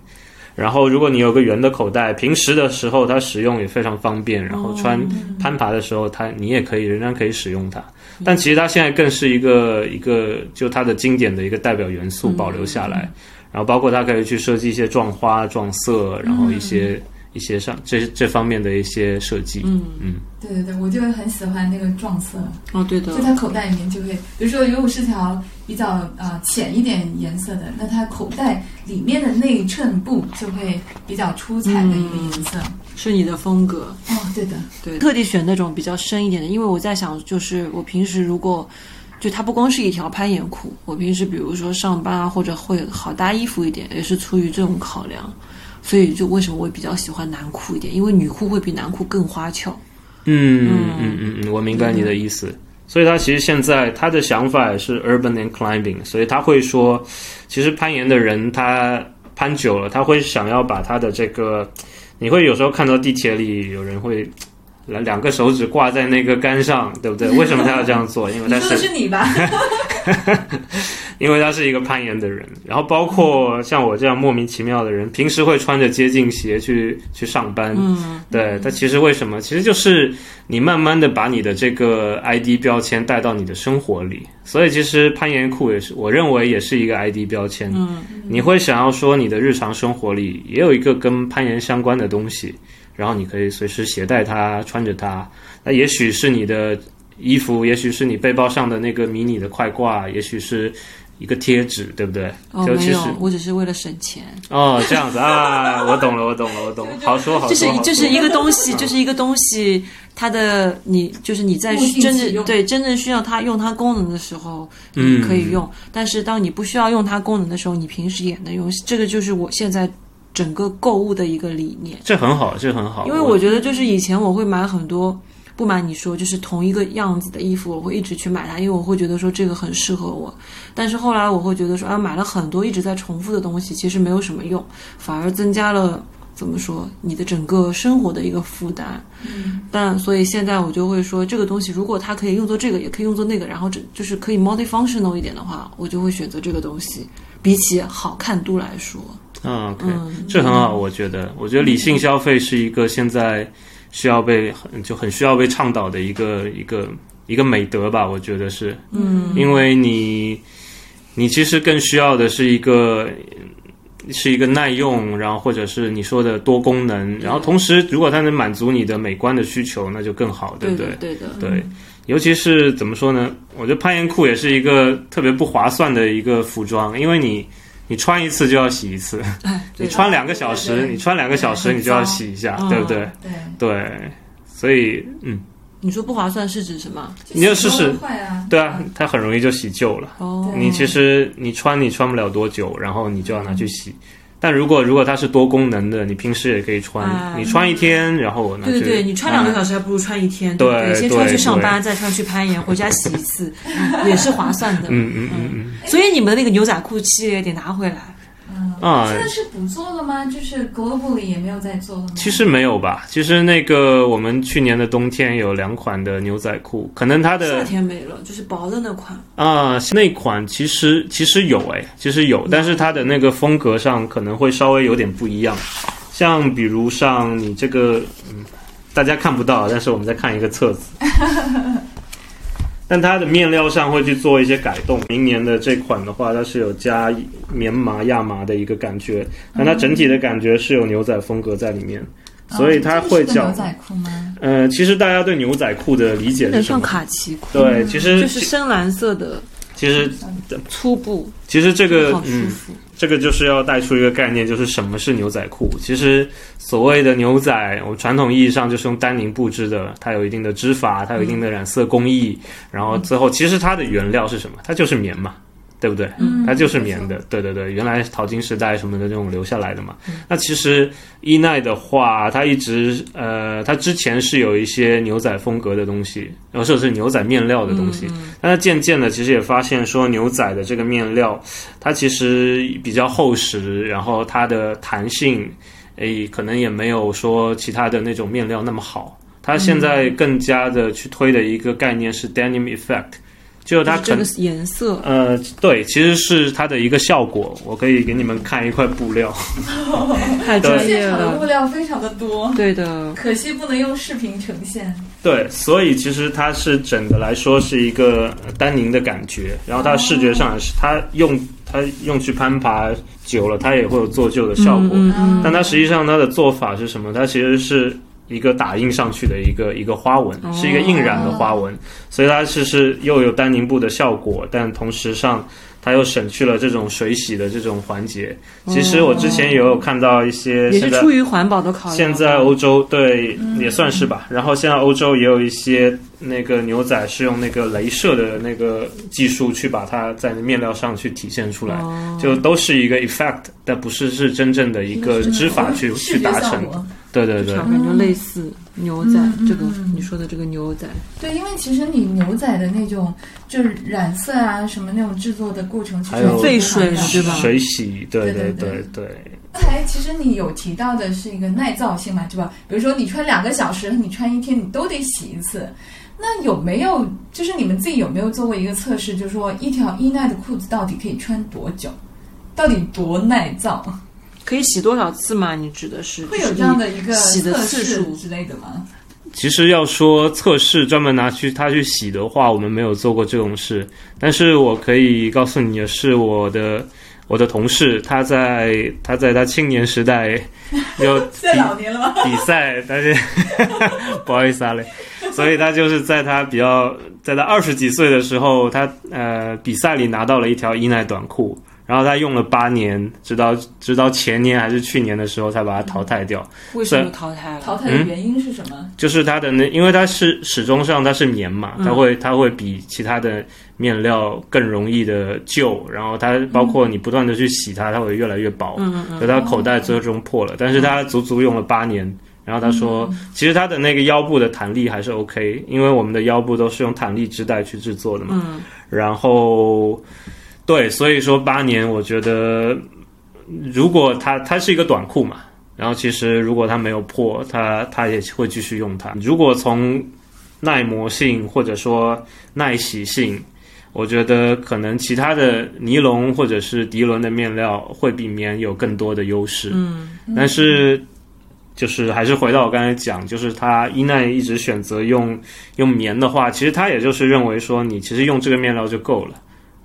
C: 然后，如果你有个圆的口袋，平时的时候它使用也非常方便，然后穿攀爬的时候它你也可以仍然可以使用它。但其实它现在更是一个一个就它的经典的一个代表元素保留下来，然后包括它可以去设计一些撞花、撞色，然后一些、一些上这这方面的一些设计。嗯嗯，
A: 对对对，我就很喜欢那个撞色，
B: 哦，对的
A: 就，它口袋里面就会，比如说如果是条比较呃浅一点颜色的，那它口袋里面的内衬布就会比较出彩的一个颜色。
B: 是你的风格。
A: 哦，
C: 嗯
A: 对的，
B: 对，特地选那种比较深一点的，因为我在想，就是我平时如果就它不光是一条攀岩裤，我平时比如说上班啊，或者会好搭衣服一点，也是出于这种考量。所以就为什么我比较喜欢男裤一点，因为女裤会比男裤更花俏。
C: 嗯嗯嗯嗯，我明白你的意思。所以他其实现在他的想法也是 urban and climbing，所以他会说，其实攀岩的人他攀久了，他会想要把他的这个，你会有时候看到地铁里有人会。 来两个手指挂在那个杆上，对不对？为什么他要这样做？因为
A: 你
C: 他
A: 说的是你吧？
C: 因为他是一个攀岩的人。然后包括像我这样莫名其妙的人，平时会穿着接近鞋去去上班。
B: 嗯，
C: 对，但其实为什么？其实就是你慢慢的把你的这个 ID 标签带到你的生活里。所以其实攀岩裤也是，我认为也是一个 ID 标签。
B: 嗯，
C: 你会想要说你的日常生活里也有一个跟攀岩相关的东西，然后你可以随时携带它，穿着它。那也许是你的衣服，也许是你背包上的那个迷你的快挂，也许是一个贴纸，对不对？
B: 哦，
C: 就
B: 没
C: 其实
B: 有，我只是为了省钱，
C: 哦，这样子啊，我懂了，我懂了，我懂 了。好说好说，
B: 就是
C: 好说
B: 就是一个东 西，就是一个东西，它的你就是你在
A: 物尽其
B: 真正
A: 用
B: 对真正需要它用它功能的时候，
C: 嗯
B: 你可以用，但是当你不需要用它功能的时候，你平时也能用。这个就是我现在整个购物的一个理念。
C: 这很好，这很好，
B: 因为我觉得就是以前我会买很多，不瞒你说，就是同一个样子的衣服，我会一直去买它，因为我会觉得说这个很适合我。但是后来我会觉得说啊，买了很多一直在重复的东西，其实没有什么用，反而增加了怎么说你的整个生活的一个负担。但所以现在我就会说，这个东西如果它可以用作这个，也可以用作那个，然后这就是可以 multifunctional 一点的话，我就会选择这个东西。比起好看度来说，
C: 嗯，OK，这很好，我觉得，我觉得理性消费是一个现在需要被很就很需要被倡导的一个一个一个美德吧，我觉得是，嗯，因为你你其实更需要的是一个是一个耐用，然后或者是你说的多功能，然后同时如果它能满足你的美观的需求，那就更好，对不
B: 对的对的，
C: 对，尤其是怎么说呢？我觉得攀岩裤也是一个特别不划算的一个服装，因为你你穿一次就要洗一次，
B: 哎，对
C: 你
B: 的
C: 穿两个小
A: 对对
C: 时，
A: 对
C: 你穿两个小时
B: 很
C: 你就要
B: 脏
C: 洗一下，
B: 嗯
C: 对不对？
A: 对，
C: 对，所以嗯，
B: 你说不划算是指什么？
C: 你就试试
A: 就洗多快啊！
C: 对啊，它很容易就洗旧了。
B: 哦，
C: 你其实你穿你穿不了多久，然后你就要拿去洗。但如果如果它是多功能的，你平时也可以
B: 啊
C: 穿，你穿一天，然后我拿去
B: 对对对，你穿两个
C: 啊
B: 小时还不如穿一天，
C: 对
B: 不对？先
C: 对
B: 穿去上班，再穿去攀岩，回家洗一次，也是划算的。
C: 嗯嗯嗯嗯
B: 所以你们那个牛仔裤系列得拿回来，
A: 嗯，
C: 啊
A: 现在是不做了吗？就是 global 里也没有在做了吗？
C: 其实没有吧，其实那个我们去年的冬天有两款的牛仔裤，可能它
B: 夏
C: 的
B: 天没了，就是薄的那款。
C: 啊、那款其实其实有哎，其实有，但是它的那个风格上可能会稍微有点不一样，像比如上你这个嗯，大家看不到，啊但是我们再看一个册子。但它的面料上会去做一些改动。明年的这款的话，它是有加棉麻、亚麻的一个感觉，但它整体的感觉是有牛仔风格在里面，
A: 哦嗯
C: 所以它会
A: 叫
C: 叫
A: 牛仔裤吗？
C: 呃，其实大家对牛仔裤的理
B: 有
C: 解是
B: 点
C: 什
B: 像
C: 么？
B: 卡其裤，
C: 对，其实
B: 就是深蓝色的
C: 其实
A: 嗯
B: 粗布，
C: 其实这个
B: 好舒
C: 嗯，
B: 服。
C: 这个就是要带出一个概念，就是什么是牛仔裤。其实所谓的牛仔，我们传统意义上就是用丹宁布织的，它有一定的织法，它有一定的染色工艺，然后最后其实它的原料是什么？它就是棉嘛，对不对？
A: 嗯
C: 它就是棉的，对对对，原来淘金时代什么的这种留下来的嘛。
B: 嗯
C: 那其实伊奈的话，它一直呃，它之前是有一些牛仔风格的东西，然后甚至是牛仔面料的东西。
B: 嗯
C: 但它渐渐的，其实也发现说，牛仔的这个面料，它其实比较厚实，然后它的弹性，诶，可能也没有说其他的那种面料那么好。它现在
B: 嗯
C: 更加的去推的一个概念是 denim effect，就是它
B: 就是这
C: 可能
B: 个颜色，
C: 呃，对，其实是它的一个效果。我可以给你们看一块布料，
B: 太专业
A: 现场的
B: 了
A: 物。料非常的多，
B: 对的，
A: 可惜不能用视频呈现。
C: 对，所以其实它是整的来说是一个呃丹宁的感觉，然后它视觉上也是，它用它用去攀爬久了，它也会有做旧的效果。
B: 嗯嗯
C: 但它实际上它的做法是什么？它其实是一个打印上去的一个一个花纹，
B: 哦
C: 是一个印染的花纹，所以它是是又有丹宁布的效果，但同时上它又省去了这种水洗的这种环节。其实我之前也有看到一些
B: 哦也
C: 现
B: 是
C: 在
B: 出于环保的嗯考量。
C: 现在欧洲对也算是吧，然后现在欧洲也有一些那个牛仔是用那个镭射的那个技术去把它在面料上去体现出来，
B: 哦
C: 就都是一个 effect，但不是是真正的一哦个织法去去
A: 视觉
C: 达
A: 效
C: 成
A: 果。
C: 的。对对对，
B: 场感觉类似牛仔
A: 嗯嗯
B: 这个
A: 嗯
B: 你说的这个牛仔，
A: 对，因为其实你牛仔的那种就是染色啊什么那种制作的过程，其实
C: 还有
A: 很
B: 废水是吧
C: 水洗，对
A: 对
C: 对
A: 对
C: 对，
A: 再来，其实你有提到的是一个耐造性嘛，对吧？比如说你穿两个小时，你穿一天，你都得洗一次。那有没有就是你们自己有没有做过一个测试，就是说一条一耐的裤子到底可以穿多久，到底多耐造？
B: 可以洗多少次吗？你指的是
A: 会有这样的一个
B: 洗的
A: 测
B: 次
A: 试
B: 数
A: 之类的吗？
C: 其实要说测试专门拿去它去洗的话，我们没有做过这种事。但是我可以告诉你的是，我的我的同事他在他在他青年时代有比
A: 在老年了吗？
C: 比赛，但是 不好意思啊嘞，所以他就是在他比较在他二十几岁的时候，他呃比赛里拿到了一条伊奈短裤，然后他用了八年，直到直到前年还是去年的时候才把它淘汰掉。
B: 为什么淘汰了？
A: 淘汰的原因是什么？
C: 就是它的那，因为它是始终上它是棉嘛，
B: 嗯
C: 它会它会比其他的面料更容易的旧，然后它包括你不断的去洗它，它会越来越薄，
B: 嗯嗯
C: 所以它口袋最终破了。但是它足足用了八年，然后他说，其实它的那个腰部的弹力还是 OK，因为我们的腰部都是用弹力织带去制作的嘛，
B: 嗯
C: 然后，对，所以说八年，我觉得如果它它是一个短裤嘛，然后其实如果它没有破，它它也会继续用它。如果从耐磨性或者说耐洗性，我觉得可能其他的尼龙或者是涤纶的面料会比棉有更多的优势。
B: 嗯
C: 但是就是还是回到我刚才讲，就是他伊奈一直选择用用棉的话，其实他也就是认为说你其实用这个面料就够了。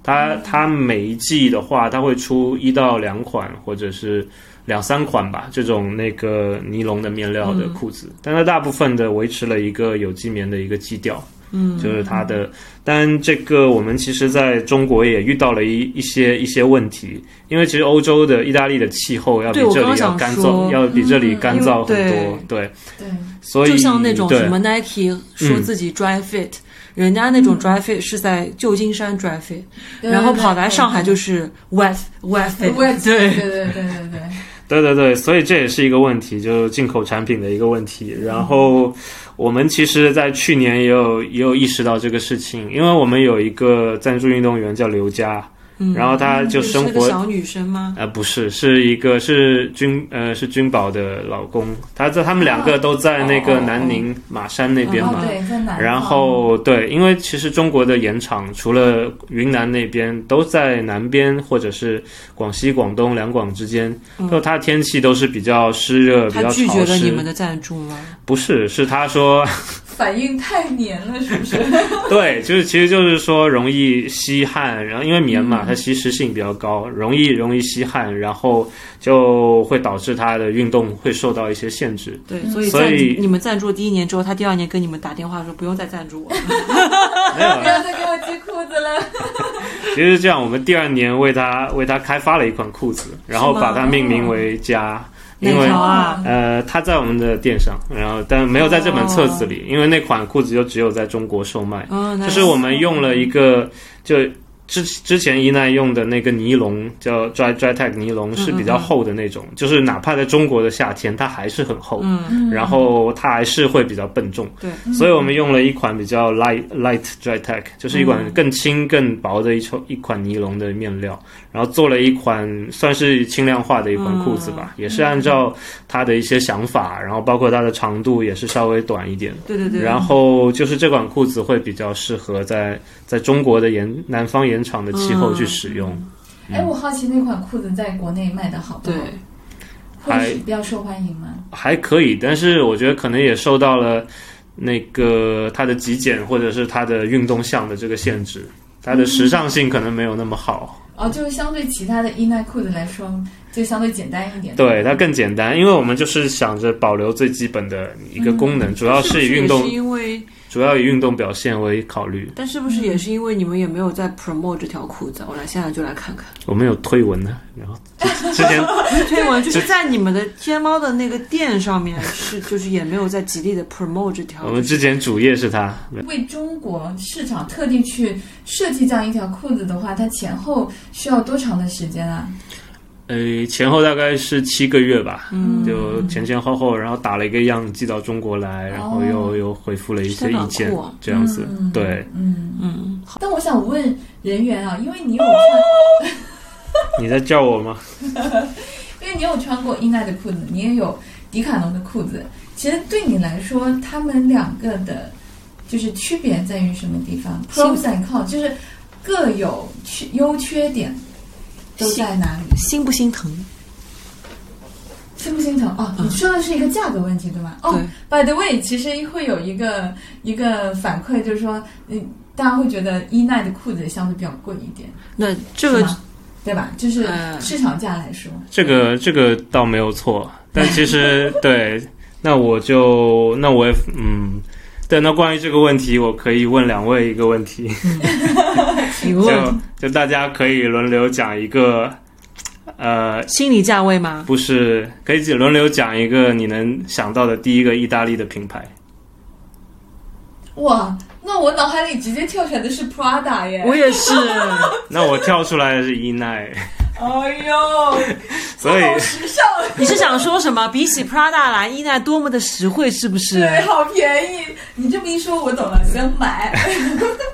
C: 他他每一季的话，他会出一到两款或者是两三款吧，这种那个尼龙的面料
B: 嗯
C: 的裤子，但它大部分的维持了一个有机棉的一个基调。
B: 嗯，
C: 就是它的。但这个我们其实在中国也遇到了一一些一些问题，因为其实欧洲的意大利的气候要比
B: 对我
C: 这
B: 刚
C: 里要
B: 想
C: 干
B: 说
C: 燥，要比这里干燥很
B: 因为
C: 多。对，
A: 对，
C: 所以
B: 就像那种
C: 对嗯
B: 什么 Nike 说自己 dry fit，、人家那种 dry fit 是在旧金山 dry fit，、然后跑来上海就是是 wet wet fit，
A: 对对
B: 对，
A: 对对对对，
C: 对对对，所以这也是一个问题，就是进口产品的一个问题。然后我们其实，在去年也有也有意识到这个事情，因为我们有一个赞助运动员叫刘佳，
B: 嗯
C: 然后她就生
B: 是
C: 活
B: 个小女生吗？
C: 呃，不是，是一个是军呃是军宝的老公，他在他们两个都在那
B: 哦
C: 个
B: 哦哦
C: 南宁马山那边
B: 嗯
C: 嘛。
A: 哦对，在南方
C: 然后对，因为其实中国的盐场除了云南那边，都在南边或者是广西、广东两广之间，
B: 嗯
C: 就它天气都是比较湿热、比
B: 她
C: 较
B: 拒
C: 潮
B: 绝了你们
C: 湿。
B: 的赞助吗？
C: 不是，是他说
A: 反应太黏了，是不是？
C: 对，就是其实就是说容易吸汗，然后因为棉嘛，
B: 嗯
C: 它吸湿性比较高，容易容易吸汗，然后就会导致它的运动会受到一些 限制。
B: 对，
A: 嗯
B: 所以
C: 所
B: 赞
C: 以
B: 你们赞助第一年之后，她第二年跟你们打电话说不用再赞助我了，
C: 没 有啊
A: 不，要再给我寄裤子了。
C: 其实这样，我们第二年为它为它开发了一款裤子，然后
B: 是吗
C: 把它命名为“家”，
B: 哪
C: 因为
B: 条啊？
C: 呃，它在我们的店上，然后但没有在这本册子里，因为那款裤子就只有在中国售卖。
B: 嗯，哦那
C: 就是我们用了一个就之之前伊奈用的那个尼龙，叫 dry dry tag 尼龙是
B: 嗯
C: 比较厚的那种，就是哪怕在中国的夏天，它还是很厚，
B: 嗯，
C: 然后它还是会比较笨重。
B: 对，
C: 所以我们用了一款比较 light light dry tag，就是一
B: 嗯
C: 款更轻更薄的一抽一款尼龙的面料，然后做了一款算是轻量化的一款裤子吧，
B: 嗯
C: 也是按照它的一些想法，然后包括它的长度也是稍微短一点。
B: 对对对，
C: 然后就是这款裤子会比较适合在在中国的盐南方盐场的气候
B: 嗯
C: 去使用。
A: 哎，我好奇那款裤子在国内卖的好不
B: 对
A: 好？，会是比较受欢迎吗？
C: 还可以，但是我觉得可能也受到了那个它的极简或者是它的运动项的这个限制，它的时尚性可能没有那么好。
A: 哦，就是相对其他的伊耐裤子来说，就相对简单一点。
C: 对，它更简单，因为我们就是想着保留最基本的一个功能，主要
B: 是不
C: 是以
B: 是
C: 运
B: 也
C: 动，
B: 是因为，
C: 主要以运动表现为考虑。
B: 但是不是也是因为你们也没有在 promote 这条裤子啊？我来现在就来看 看。
C: 我们有推文呢，然后之之前
B: 推文就是在你们的天猫的那个店上面 是，就是也没有在极力的 promote 这条
C: 我。们之前主页是它，
A: 为中国市场特地去设计这样一条裤子的话，它前后需要多长的时间啊？
C: 呃，前后大概是七个月吧，
B: 嗯
C: 就前前后后，然后打了一个样寄到中国来，然后又、又回复了一些意
B: 哦是
C: 见
B: 的酷，
C: 这样子，
A: 嗯
C: 对，
A: 嗯。
B: 嗯，好，
A: 但我想问人员啊，因为你有穿，
C: 你在叫我吗？
A: 因为你有穿过伊奈的裤子，你也有迪卡侬的裤子，其实对你来说，他们两个的，就是区别在于什么地方？Pros and cons，就是各有缺优缺点，都在哪里？
B: 心不心疼？
A: 心不心疼？哦，你说的是一个价格问题，对吗？哦、
B: 对
A: b y the way，其实会有一个一个反馈，就是说，嗯，大家会觉得伊奈的裤子相对比较贵一点，
B: 那这
A: 是
B: 个
A: 吗对吧？就是
B: 嗯
A: 市场价来说，
C: 这个这个倒没有错，但其实对，那我就那我也嗯，对，那关于这个问题，我可以问两位一个问题，
B: 你
C: 就
B: 问
C: 就大家可以轮流讲一个，呃，
B: 心理价位吗？
C: 不是，可以轮流讲一个你能想到的第一个意大利的品牌。
A: 哇，那我脑海里直接跳出来的是 Prada 耶！
B: 我也是，
C: 那我跳出来的是伊奈，
A: 哎呦，
C: 所以
A: 好时尚，
B: 你是想说什么？比起 Prada 来，伊奈多么的实惠，是不是？
A: 对，哎好便宜。你这么一说，我懂了，想买。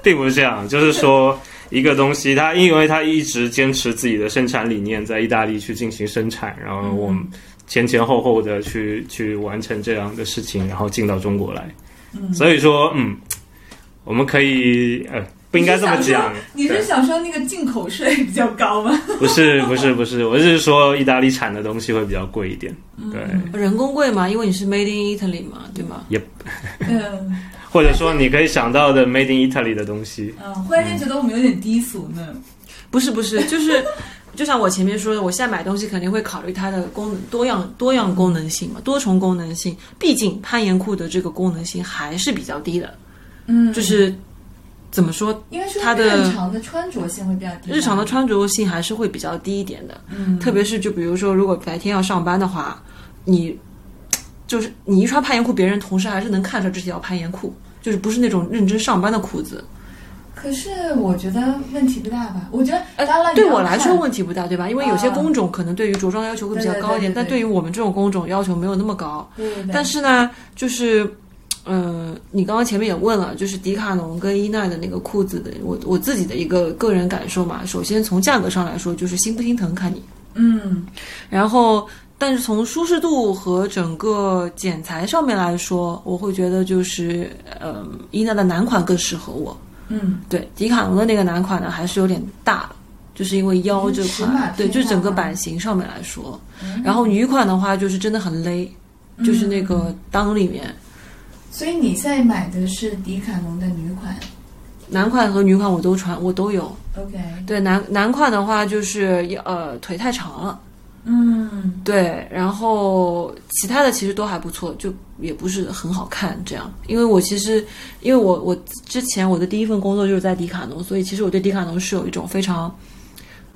C: 并不是这样，就是说一个东西，它因为它一直坚持自己的生产理念，在意大利去进行生产，然后我
B: 嗯
C: 们前前后后的去去完成这样的事情，然后进到中国来。所以说，嗯，我们可以呃， 不应该这么讲。
A: 你是
C: 对
A: 想说那个进口税比较高吗？
C: 不是不是不是，我是说意大利产的东西会比较贵一点，
B: 嗯
C: 对，
B: 人工贵嘛，因为你是 Made in Italy 嘛，对吗？
A: 嗯
C: 或者说你可以想到的 Made in Italy 的东西，
A: 嗯，忽然间觉得我们有点低俗呢。
B: 不是 不是，就是就像我前面说的，我现在买东西肯定会考虑它的功能多样多样功能性嘛，多重功能性。毕竟攀岩裤的这个功能性还是比较低的，
A: 嗯，
B: 就是怎么说，
A: 应该说
B: 它的
A: 日常的穿着性会比较低吧，
B: 日常的穿着性还是会比较低一点的。
A: 嗯，
B: 特别是就比如说，如果白天要上班的话，你就是你一穿攀岩裤，别人同事还是能看出来这是条攀岩裤，就是不是那种认真上班的裤子。
A: 可是我觉得问题不大吧？我觉得当然
B: 呃对
A: 你要
B: 我来说
A: 看
B: 问题不大，对吧？因为有些
A: 啊
B: 工种可能对于着装要求会比较
A: 对对
B: 高一点，
A: 对对
B: 但对于我们这种工种要求没有那么高。
A: 对对对，
B: 但是呢，就是，呃，你刚刚前面也问了，就是迪卡侬跟伊奈的那个裤子的，我我自己的一个个人感受嘛。首先从价格上来说，就是心不心疼看你，
A: 嗯
B: 然后。但是从舒适度和整个剪裁上面来说，我会觉得就是，呃，伊奈的男款更适合我。
A: 嗯
B: 对，迪卡侬的那个男款呢，还是有点大，就是因为腰这
A: 尺码
B: 块，对，
A: 偏
B: 就是整
A: 大
B: 个
A: 嘛
B: 版型上面来说。
A: 嗯
B: 然后女款的话，就是真的很勒，就是那个裆里面。
A: 所以你现在买的是迪卡侬的女款
B: 男款和女款我都穿，我都有。
A: ，OK，
B: 对，男男款的话就是呃腿太长了，
A: 嗯
B: 对，然后其他的其实都还不错，就也不是很好看这样。因为我其实因为我我之前我的第一份工作就是在迪卡侬，所以其实我对迪卡侬是有一种非常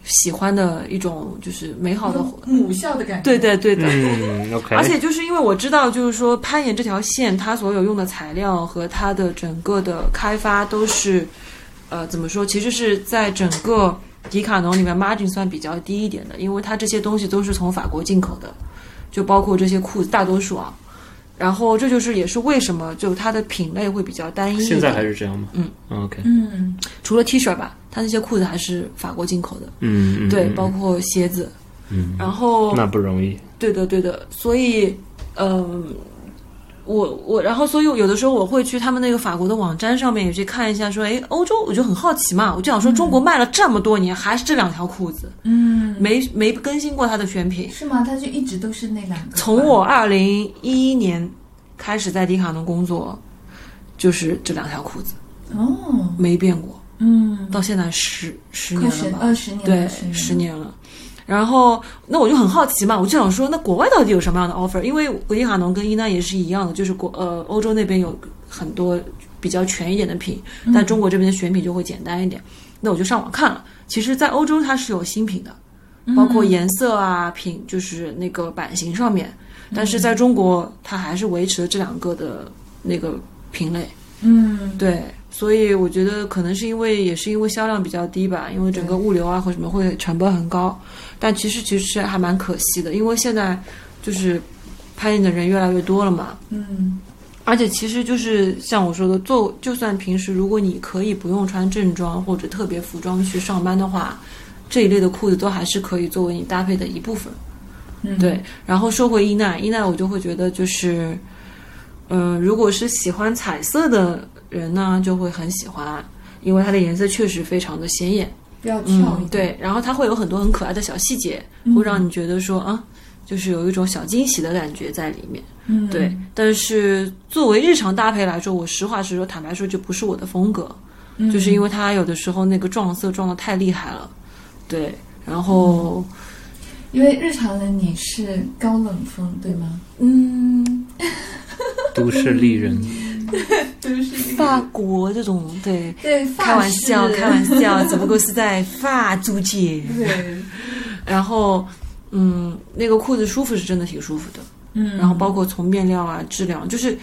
B: 喜欢的一种就是美好的，
A: 母校的感觉，
B: 对对对的。
C: 嗯，OK，
B: 而且就是因为我知道，就是说攀岩这条线，它所有用的材料和它的整个的开发都是，呃，怎么说？其实是在整个迪卡侬里面 margin 算比较低一点的，因为它这些东西都是从法国进口的，就包括这些裤子，大多数啊。然后这就是也是为什么就它的品类会比较单一一点。
C: 现在还是这样吗？
B: 嗯
C: ，OK，
A: 嗯
B: 除了 T 恤吧，它那些裤子还是法国进口的，
C: 嗯，嗯
B: 对，
C: 嗯
B: 包括鞋子。
C: 嗯，
B: 然后
C: 那不容易，
B: 对的，对的，所以，嗯，我我然后所以有的时候我会去他们那个法国的网站上面也去看一下，说，哎，欧洲我就很好奇嘛，我就想说中国卖了这么多年，还是这两条裤子，
A: 嗯，
B: 没没更新过它的选品。
A: 是吗？它就一直都是那两个，
B: 从我二零一一年开始在迪卡侬工作，就是这两条裤子
A: 哦，
B: 没变过，
A: 嗯，
B: 到现在十十
A: 快
B: 年
A: 十
B: 了吧？
A: 二十年了，
B: 对，十年了。然后，那我就很好奇嘛，我就想说，那国外到底有什么样的 offer？因为迪卡侬跟伊娜也是一样的，就是国呃欧洲那边有很多比较全一点的品，
A: 嗯
B: 但中国这边的选品就会简单一点。那我就上网看了，其实，在欧洲它是有新品的，
A: 嗯
B: 包括颜色啊、品，就是那个版型上面。但是在中国，它还是维持了这两个的那个品类。
A: 嗯，
B: 对，所以我觉得可能是因为也是因为销量比较低吧，因为整个物流啊或什么会成本很高，但其实其实还蛮可惜的，因为现在就是攀岩的人越来越多了嘛，
A: 嗯
B: 而且其实就是像我说的，做就算平时如果你可以不用穿正装或者特别服装去上班的话，这一类的裤子都还是可以作为你搭配的一部分。
A: 嗯，
B: 对，然后说回伊娜，伊娜我就会觉得就是，嗯、如果是喜欢彩色的人呢，就会很喜欢，因为它的颜色确实非常的鲜艳。
A: 不要跳一点，
B: 嗯
A: 嗯
B: 对，然后它会有很多很可爱的小细节，会让你觉得说啊，就是有一种小惊喜的感觉在里面。
A: 嗯，
B: 对，但是作为日常搭配来说，我实话实说，坦白说，这不是我的风格，
A: 嗯，
B: 就是因为它有的时候那个撞色撞的太厉害了，对，然后
A: 因为日常的你是高冷风，对吗？
B: 嗯，
C: 都市丽人，
A: 就是
B: 法国这种对，
A: 对，发
B: 开玩笑，
A: 饰
B: 开玩笑， 只不过是在法租界。
A: 对，
B: 然后，嗯，那个裤子舒服是真的挺舒服的，
A: 嗯
B: 然后包括从面料啊、质量，就是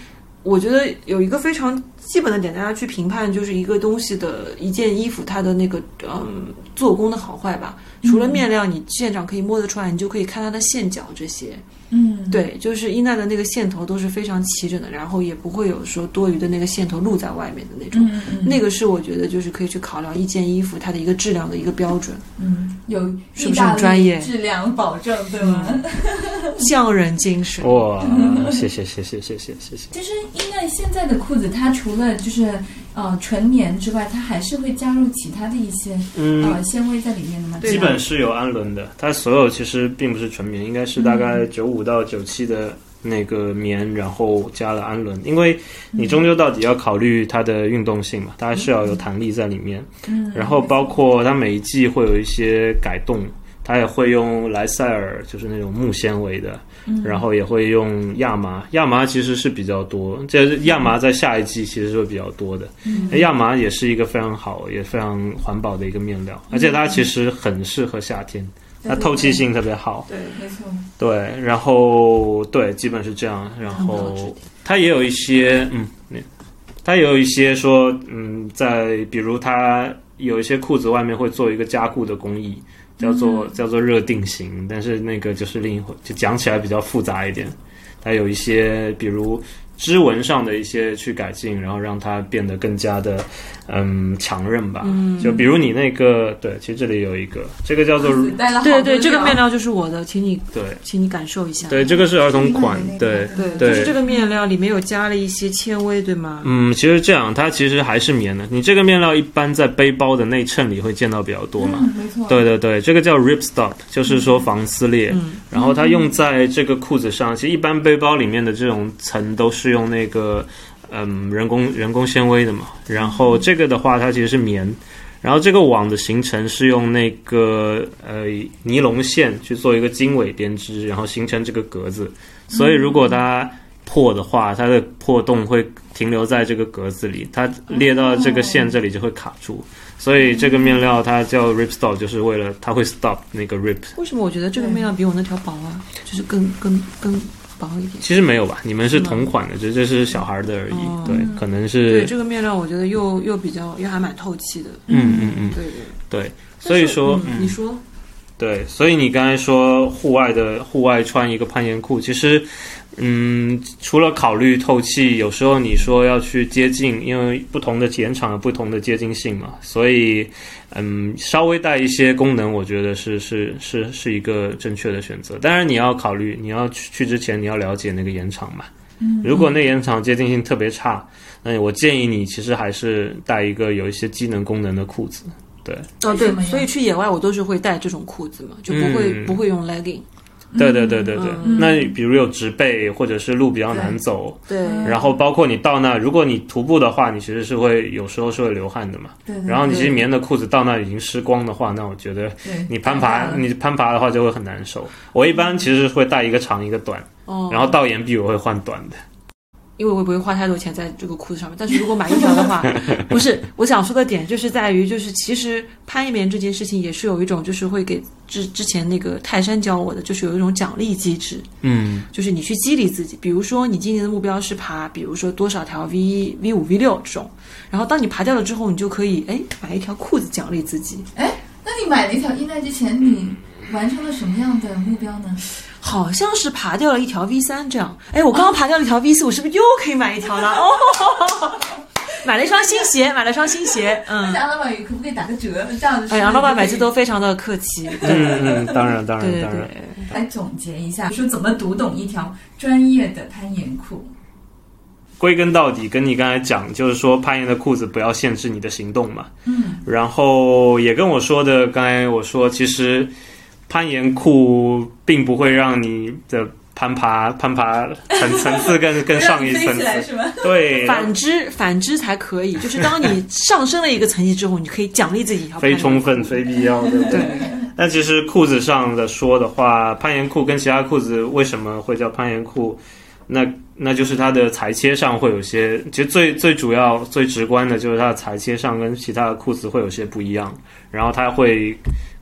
B: 我觉得有一个非常基本的点，大家去评判就是一个东西的一件衣服它的那个嗯做工的好坏吧。
A: 嗯
B: 除了面料，你现场可以摸得出来，你就可以看它的线脚这些。
A: 嗯，
B: 对，就是伊娜的那个线头都是非常齐整的，然后也不会有说多余的那个线头露在外面的那种。
A: 嗯，嗯，
B: 那个是我觉得就是可以去考量一件衣服它的一个质量的一个标准，
A: 嗯，有
B: 是不
A: 意
B: 是很
A: 大利
B: 专业
A: 质量保证，对吗？
B: 匠人精神。
C: 哇，谢谢谢谢谢谢谢谢，
A: 就是因为现在的裤子，它除了就是呃纯棉之外，它还是会加入其他的一些、
C: 嗯。
A: 呃纤维在里面的嘛。
B: 对
C: 基
B: 的
A: 这样
C: 本是有氨纶的，它所有其实并不是纯棉，应该是大概九五到九七的那个棉，然后加了氨纶，因为你终究到底要考虑它的运动性嘛，它还是要有弹力在里面。
A: 嗯，
C: 然后包括它每一季会有一些改动，它也会用莱赛尔，就是那种木纤维的，然后也会用亚麻，亚麻其实是比较多，这亚麻在下一季其实是会比较多的。
B: 嗯
C: 哎亚麻也是一个非常好也非常环保的一个面料，而且它其实很适合夏天，它透气性特别好。
B: 对，
A: 没错，
C: 对，然后对，基本是这样。然
B: 很好吃
C: 后它也有一些，嗯，那它也有一些说，嗯，在比如它有一些裤子外面会做一个加固的工艺，叫做、
E: 嗯
C: 叫做热定型，但是那个就是另一回，就讲起来比较复杂一点。它有一些，比如织纹上的一些去改进，然后让它变得更加的，嗯，强韧吧。嗯，就比如你那个，对，其实这里有一个，这个叫做
E: 嗯
A: 裤子带了好多
B: 对对，这个
A: 料
B: 面料就是我的，请你
C: 对
B: 请你感受一下。
C: 对，这个是儿童款
E: 嗯你买的那，个
C: 对。
B: 对，
C: 对
B: 就是这个面料里面有加了一些纤维，对吗？
C: 嗯，其实这样，它其实还是棉的。你这个面料一般在背包的内衬里会见到比较多嘛。
A: 嗯，没错，
C: 对对对，这个叫 ripstop，就是说防撕裂。然后它用在这个裤子上，其实一般背包里面的这种层都是用那个嗯人工人工纤维的嘛。然后这个的话，它其实是棉。然后这个网的形成是用那个呃尼龙线去做一个经纬编织，然后形成这个格子。所以如果它破的话，它的破洞会停留在这个格子里，它裂到这个线这里就会卡住。所以这个面料它叫 rip stop，就是为了它会 stop 那个 rip。
B: 为什么我觉得这个面料比我那条薄啊？就是更更更薄一点。
C: 其实没有吧，你们是同款的，这这是小孩的而已。
B: 哦
C: 对，可能
B: 对，
C: 是，
B: 这个面料我觉得又又比较又还蛮透气的。
C: 嗯嗯嗯，
B: 对对。
C: 对。所以说，
B: 但是嗯
C: 嗯
B: 你，说
C: 对，所以你刚才说户外的户外穿一个攀岩裤，其实，嗯，除了考虑透气，有时候你说要去接近，因为不同的岩场有不同的接近性嘛，所以，嗯，稍微带一些功能，我觉得是是是是一个正确的选择。当然，你要考虑，你要去去之前，你要了解那个岩场嘛。如果那岩场接近性特别差，那我建议你其实还是带一个有一些机能功能的裤子。对，
B: 哦，
A: 为什么
B: 对，
A: 呀
B: 所以去野外我都是会带这种裤子嘛，就不会
C: 嗯
B: 不会用 legging。
C: 对对对对对，
B: 嗯
C: 那比如有植被，或者是路比较难走，
B: 对，
A: 嗯
C: 然后包括你到那，如果你徒步的话，你其实是会有时候是会流汗的嘛。
A: 对对
C: 然后你
B: 对
C: 其实棉的裤子到那已经湿光的话，那我觉得
A: 对
C: 你攀爬
A: 嗯
C: 你攀爬的话就会很难受。我一般其实会带一个长一个短，
B: 哦，
C: 然后到岩壁我会换短的。
B: 因为我也不会花太多钱在这个裤子上面，但是如果买一条的话，不是我想说的点，就是在于就是其实攀岩这件事情也是有一种就是会给之之前那个泰山教我的，就是有一种奖励机制，
C: 嗯
B: 就是你去激励自己，比如说你今年的目标是爬，比如说多少条 V 一、V 五、V 六这种，然后当你爬掉了之后，你就可以哎买一条裤子奖励自己，
A: 那你买了一条衣带之前，你完成了什么样的目标
C: 嗯
A: 呢？
B: 好像是爬掉了一条 V 三这样，哎，我刚刚爬掉了一条 V 四，我是不是又可以买一条了？哦。 买了一双新鞋，买了双新鞋，嗯，
A: 那杨老板
B: 哎
A: 可不可以打个折？这样子是不是就可以，
B: 哎，杨老板每次都非常的客气，对
C: 嗯嗯，当然当然
B: 对
C: 当然。
B: 对，
A: 来总结一下，说怎么读懂一条专业的攀岩裤。
C: 归根到底，跟你刚才讲，就是说攀岩的裤子不要限制你的行动嘛。嗯。然后也跟我说的，刚才我说，其实攀岩裤并不会让你的攀爬攀爬层层次更更上一层
A: 飞起来
C: 次。
A: 是吗？
C: 对，
B: 反之，反之才可以。就是当你上升了一个层级之后，你可以奖励自己要
C: 非
B: 攀
C: 充分、非必要，对不对？ 那其实裤子上的说的话，攀岩裤跟其他裤子为什么会叫攀岩裤？那那就是它的裁切上会有些，其实最最主要、最直观的就是它的裁切上跟其他的裤子会有些不一样，然后它会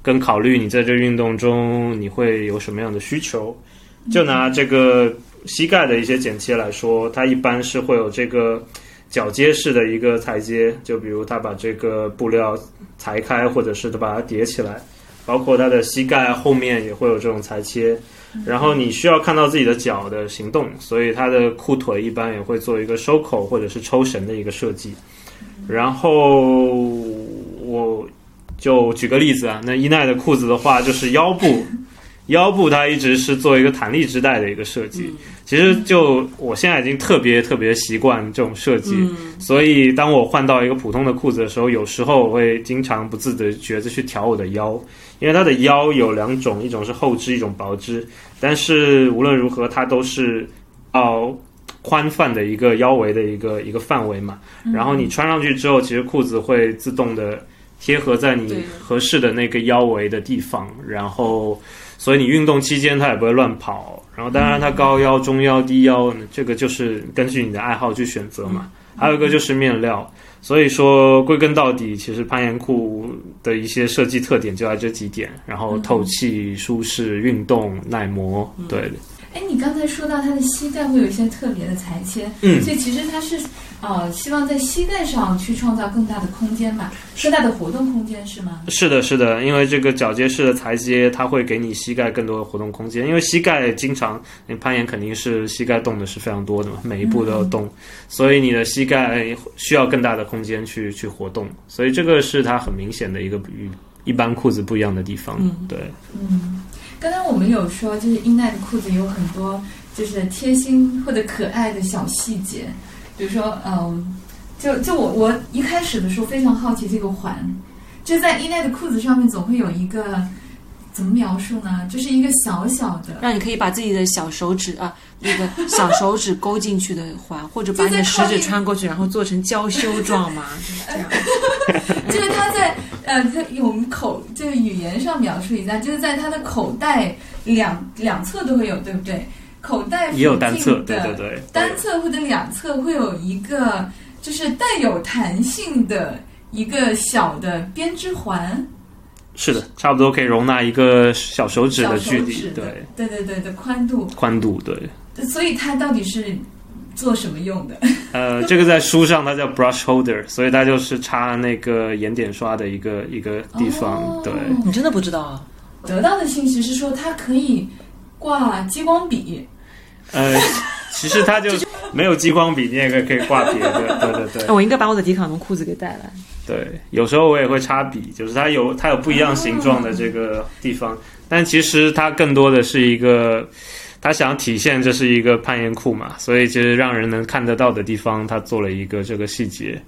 C: 更考虑你在这运动中你会有什么样的需求。就拿这个膝盖的一些剪切来说，它一般是会有这个脚接式的一个裁接，就比如它把这个布料裁开，或者是它把它叠起来，包括它的膝盖后面也会有这种裁切。然后你需要看到自己的脚的行动，所以它的裤腿一般也会做一个收口或者是抽绳的一个设计。然后我就举个例子啊，那伊奈的裤子的话，就是腰部，腰部它一直是做一个弹力织带的一个设
B: 嗯
C: 计。其实就我现在已经特别特别习惯这种设计，
B: 嗯
C: 所以当我换到一个普通的裤子的时候，有时候我会经常不自觉的去调我的腰，因为它的腰有两种，一种是厚织，一种薄织，但是无论如何它都是哦。宽泛的一个腰围的一个一个范围嘛，然后你穿上去之后，其实裤子会自动的贴合在你
B: 对
C: 合适的那个腰围的地方，然后所以你运动期间它也不会乱跑。然后当然它高腰、中腰、低腰，这个就是根据你的爱好去选择嘛。还有一个就是面料，所以说归根到底，其实攀岩裤的一些设计特点就在这几点，然后透气、舒适、运动、耐磨，对的。
A: 哎，你刚才说到他的膝盖会有一些特别的裁切，
C: 嗯
A: 所以其实他是呃希望在膝盖上去创造更大的空间嘛，更大的活动空间是吗？
C: 是的，是的，因为这个脚接式的裁接，它会给你膝盖更多的活动空间。因为膝盖经常，你攀岩肯定是膝盖动的是非常多的嘛，每一步都要
A: 嗯
C: 动，所以你的膝盖呃需要更大的空间去去活动。所以这个是它很明显的一个与一般裤子不一样的地方。
B: 嗯
C: 对，
A: 嗯，刚刚我们有说，就是英奈的裤子有很多就是贴心或者可爱的小细节，比如说，嗯，就就我我一开始的时候非常好奇这个环，就在英奈的裤子上面总会有一个怎么描述呢？就是一个小小的，
B: 让你可以把自己的小手指啊，那个小手指勾进去的环，或者
A: 就
B: 把你
A: 在
B: 的食
A: 靠
B: 指
A: 近
B: 穿过去，然后做成娇羞状嘛，就是这样。
A: 就是它在呃，它我们口这个语言上描述一下，就是在它的口袋两两侧都会有，对不对？口袋
C: 也有
A: 附
C: 单
A: 近
C: 侧，对
A: 的
C: 对对，
A: 单侧或者两侧会有一个就是带有弹性的一个小的编织环，
C: 是的，差不多可以容纳一个小手指
A: 小
C: 的
A: 手
C: 距
A: 指
C: 离，对
A: 的，对对对的宽度，
C: 宽度，对。
A: 所以它到底是做什么用的？
C: 呃，这个在书上它叫 brush holder，所以它就是插那个眼点刷的一个一个地方。
A: 哦
C: 对，
B: 你真的不知道啊？
A: 得到的信息是说它可以挂激光笔，
C: 呃，其实它就没有激光笔，你也可以可以挂别的。对对
B: 哎
C: 对
B: 我应该把我的迪卡侬裤子给带来。
C: 对，有时候我也会插笔，就是它有它有不一样形状的这个地方，但其实它更多的是一个。它想体现这是一个攀岩裤嘛，所以其实让人能看得到的地方，它做了一个这个细节。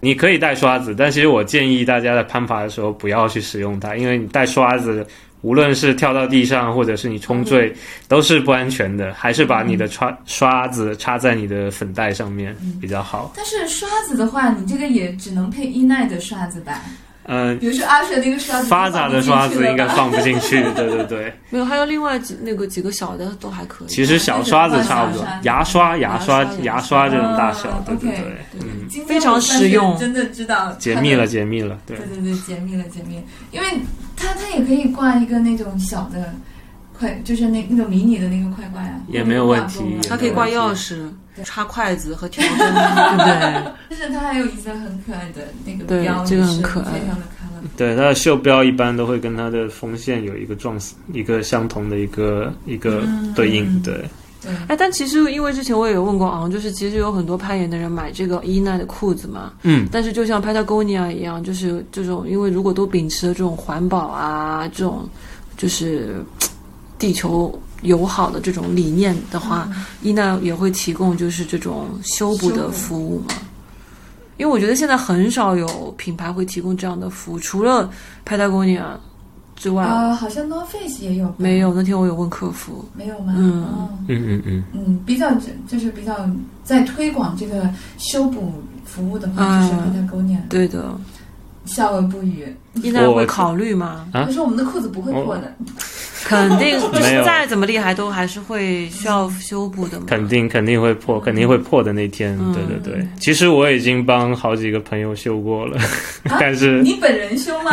C: 你可以带刷子，但其实我建议大家在攀爬的时候不要去使用它，因为你带刷子，无论是跳到地上，或者是你冲坠，都是不安全的。还是把你的刷刷子插在你的粉带上面比较好。
A: 但是刷子的话，你这个也只能配伊奈的刷子吧？
C: 嗯、
A: 比如说阿雪那个刷子就
C: 发
A: 放不进去
C: 杂
A: 了吧，
C: 的刷子应该放不进 去，对对对。
B: 没有，还有另外几那个几个小的都还可以。
C: 其实小刷子差不多，牙刷、牙刷、牙刷这种大小，对对对，嗯，
A: 今天
B: 非常
A: 我算是
B: 实用
A: 真的知道它的
C: 解密了，解密了，对
A: 对。对对，解密了解密了，因为它它也可以挂一个那种小的快，就是那那种迷你的那个快挂呀，
C: 也没有问题
A: 挂钩啊
B: 它可以挂钥匙、插筷子和调羹， 对不对？
A: 但是它还有一些很可爱的那个
B: 对
A: 标，
B: 这个
A: 也是
B: 很可爱
A: 非常的 colorful
C: 对，它的袖标一般都会跟它的缝线有一个撞死一个相同的一个一个对应，对，
A: 对，
B: 哎，但其实因为之前我也有问过昂，就是其实有很多攀岩的人买这个伊奈的裤子嘛，
C: 嗯，
B: 但是就像 Patagonia 一样，就是这种，因为如果都秉持了这种环保啊，这种就是嘖地球友好的这种理念的话，伊娜也会提供就是这种修补
A: 嗯修
B: 的
A: 补
B: 服务吗？因为我觉得现在很少有品牌会提供这样的服务，除了 Patagonia 之外，
A: 呃，好像 North Face 也有吧
B: 没有。那天我有问客服，
A: 没有吗？
B: 嗯
A: 哦
C: 嗯嗯嗯，
A: 嗯，比较就是比较在推广这个修补服务的话，就是
B: 嗯
A: Patagonia，
B: 对的，
A: 笑而不语。
B: 伊娜
C: 我
B: 会考虑吗？
C: 啊哦
A: 他说我们的裤子不会破的，
B: 肯定， 就是
C: 没有
B: 再怎么厉害，都还是会需要修补的嘛。
C: 肯定肯定会破，肯定会破的那天。
B: 嗯
C: 对对对，其实我已经帮好几个朋友修过了， 但是
A: 你本人修 吗？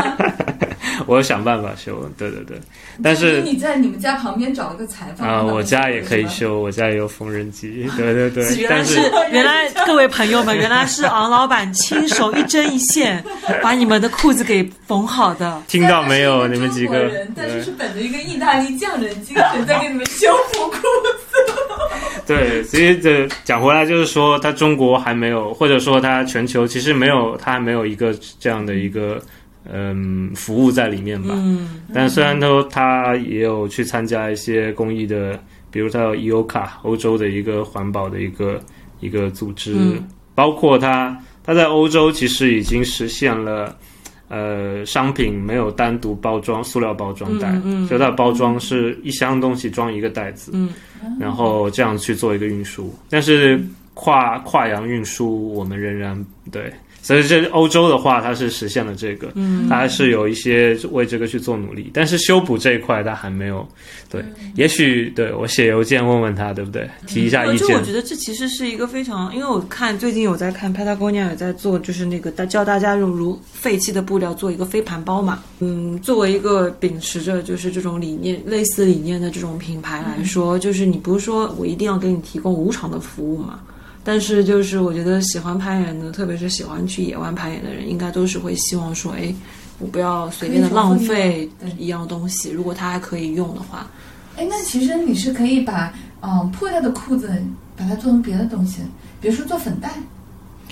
C: 我有想办法修。对对对，但是
A: 你在你们家旁边找了个裁缝
C: 啊、哦我家也可以。
A: 是吧
C: 修，我家也有缝纫 机。对对对，
B: 原来
C: 但
B: 是
C: 是
B: 原来各位朋友们，原来是昂老板亲手一针一 线把你们的裤子给缝好的。
C: 听到没有？
A: 虽
C: 你
A: 然
C: 们
A: 他是一
C: 几
A: 中国
C: 个
A: 人，但
C: 对
A: 是是本着一个意大利匠人精神在给你们修复裤
C: 对，其实这讲回来就是说，它中国还没有，或者说它全球其实没有，它还没有一个这样的一个嗯服务在里面吧。
B: 嗯，
C: 但虽然说它也有去参加一些公益的，比如它有 e o c a 欧洲的一个环保的一个一个组织，
B: 嗯
C: 包括它它在欧洲其实已经实现了。呃，商品没有单独包装，塑料包装袋，
B: 嗯嗯
C: 所以它的包装是一箱东西装一个袋子，
B: 嗯
C: 然后这样去做一个运输。但是跨跨洋运输，我们仍然对，所以这欧洲的话，它是实现了这个，
B: 嗯
C: 它还是有一些为这个去做努力，但是修补这一块它还没有。对，
B: 嗯
C: 也许对我写邮件问问他，对不对？提一下
B: 我
C: 意
B: 就
C: 见
B: 我。觉得嗯这其实是一个非常，因为我看最近有在看 Patagonia 有在做，就是那个大教大家用如废弃的布料做一个飞盘包嘛。嗯，作为一个秉持着就是这种理念、类似理念的这种品牌来说，就是你不是说我一定要给你提供无偿的服务嘛？但是就是我觉得喜欢攀岩的，特别是喜欢去野外攀岩的人，应该都是会希望说，哎，我不要随便的浪费
A: 对
B: 一样东西，如果它还可以用的话，
A: 哎，那其实你是可以把嗯、呃破掉的裤子，把它做成别的东西，比如说做粉袋。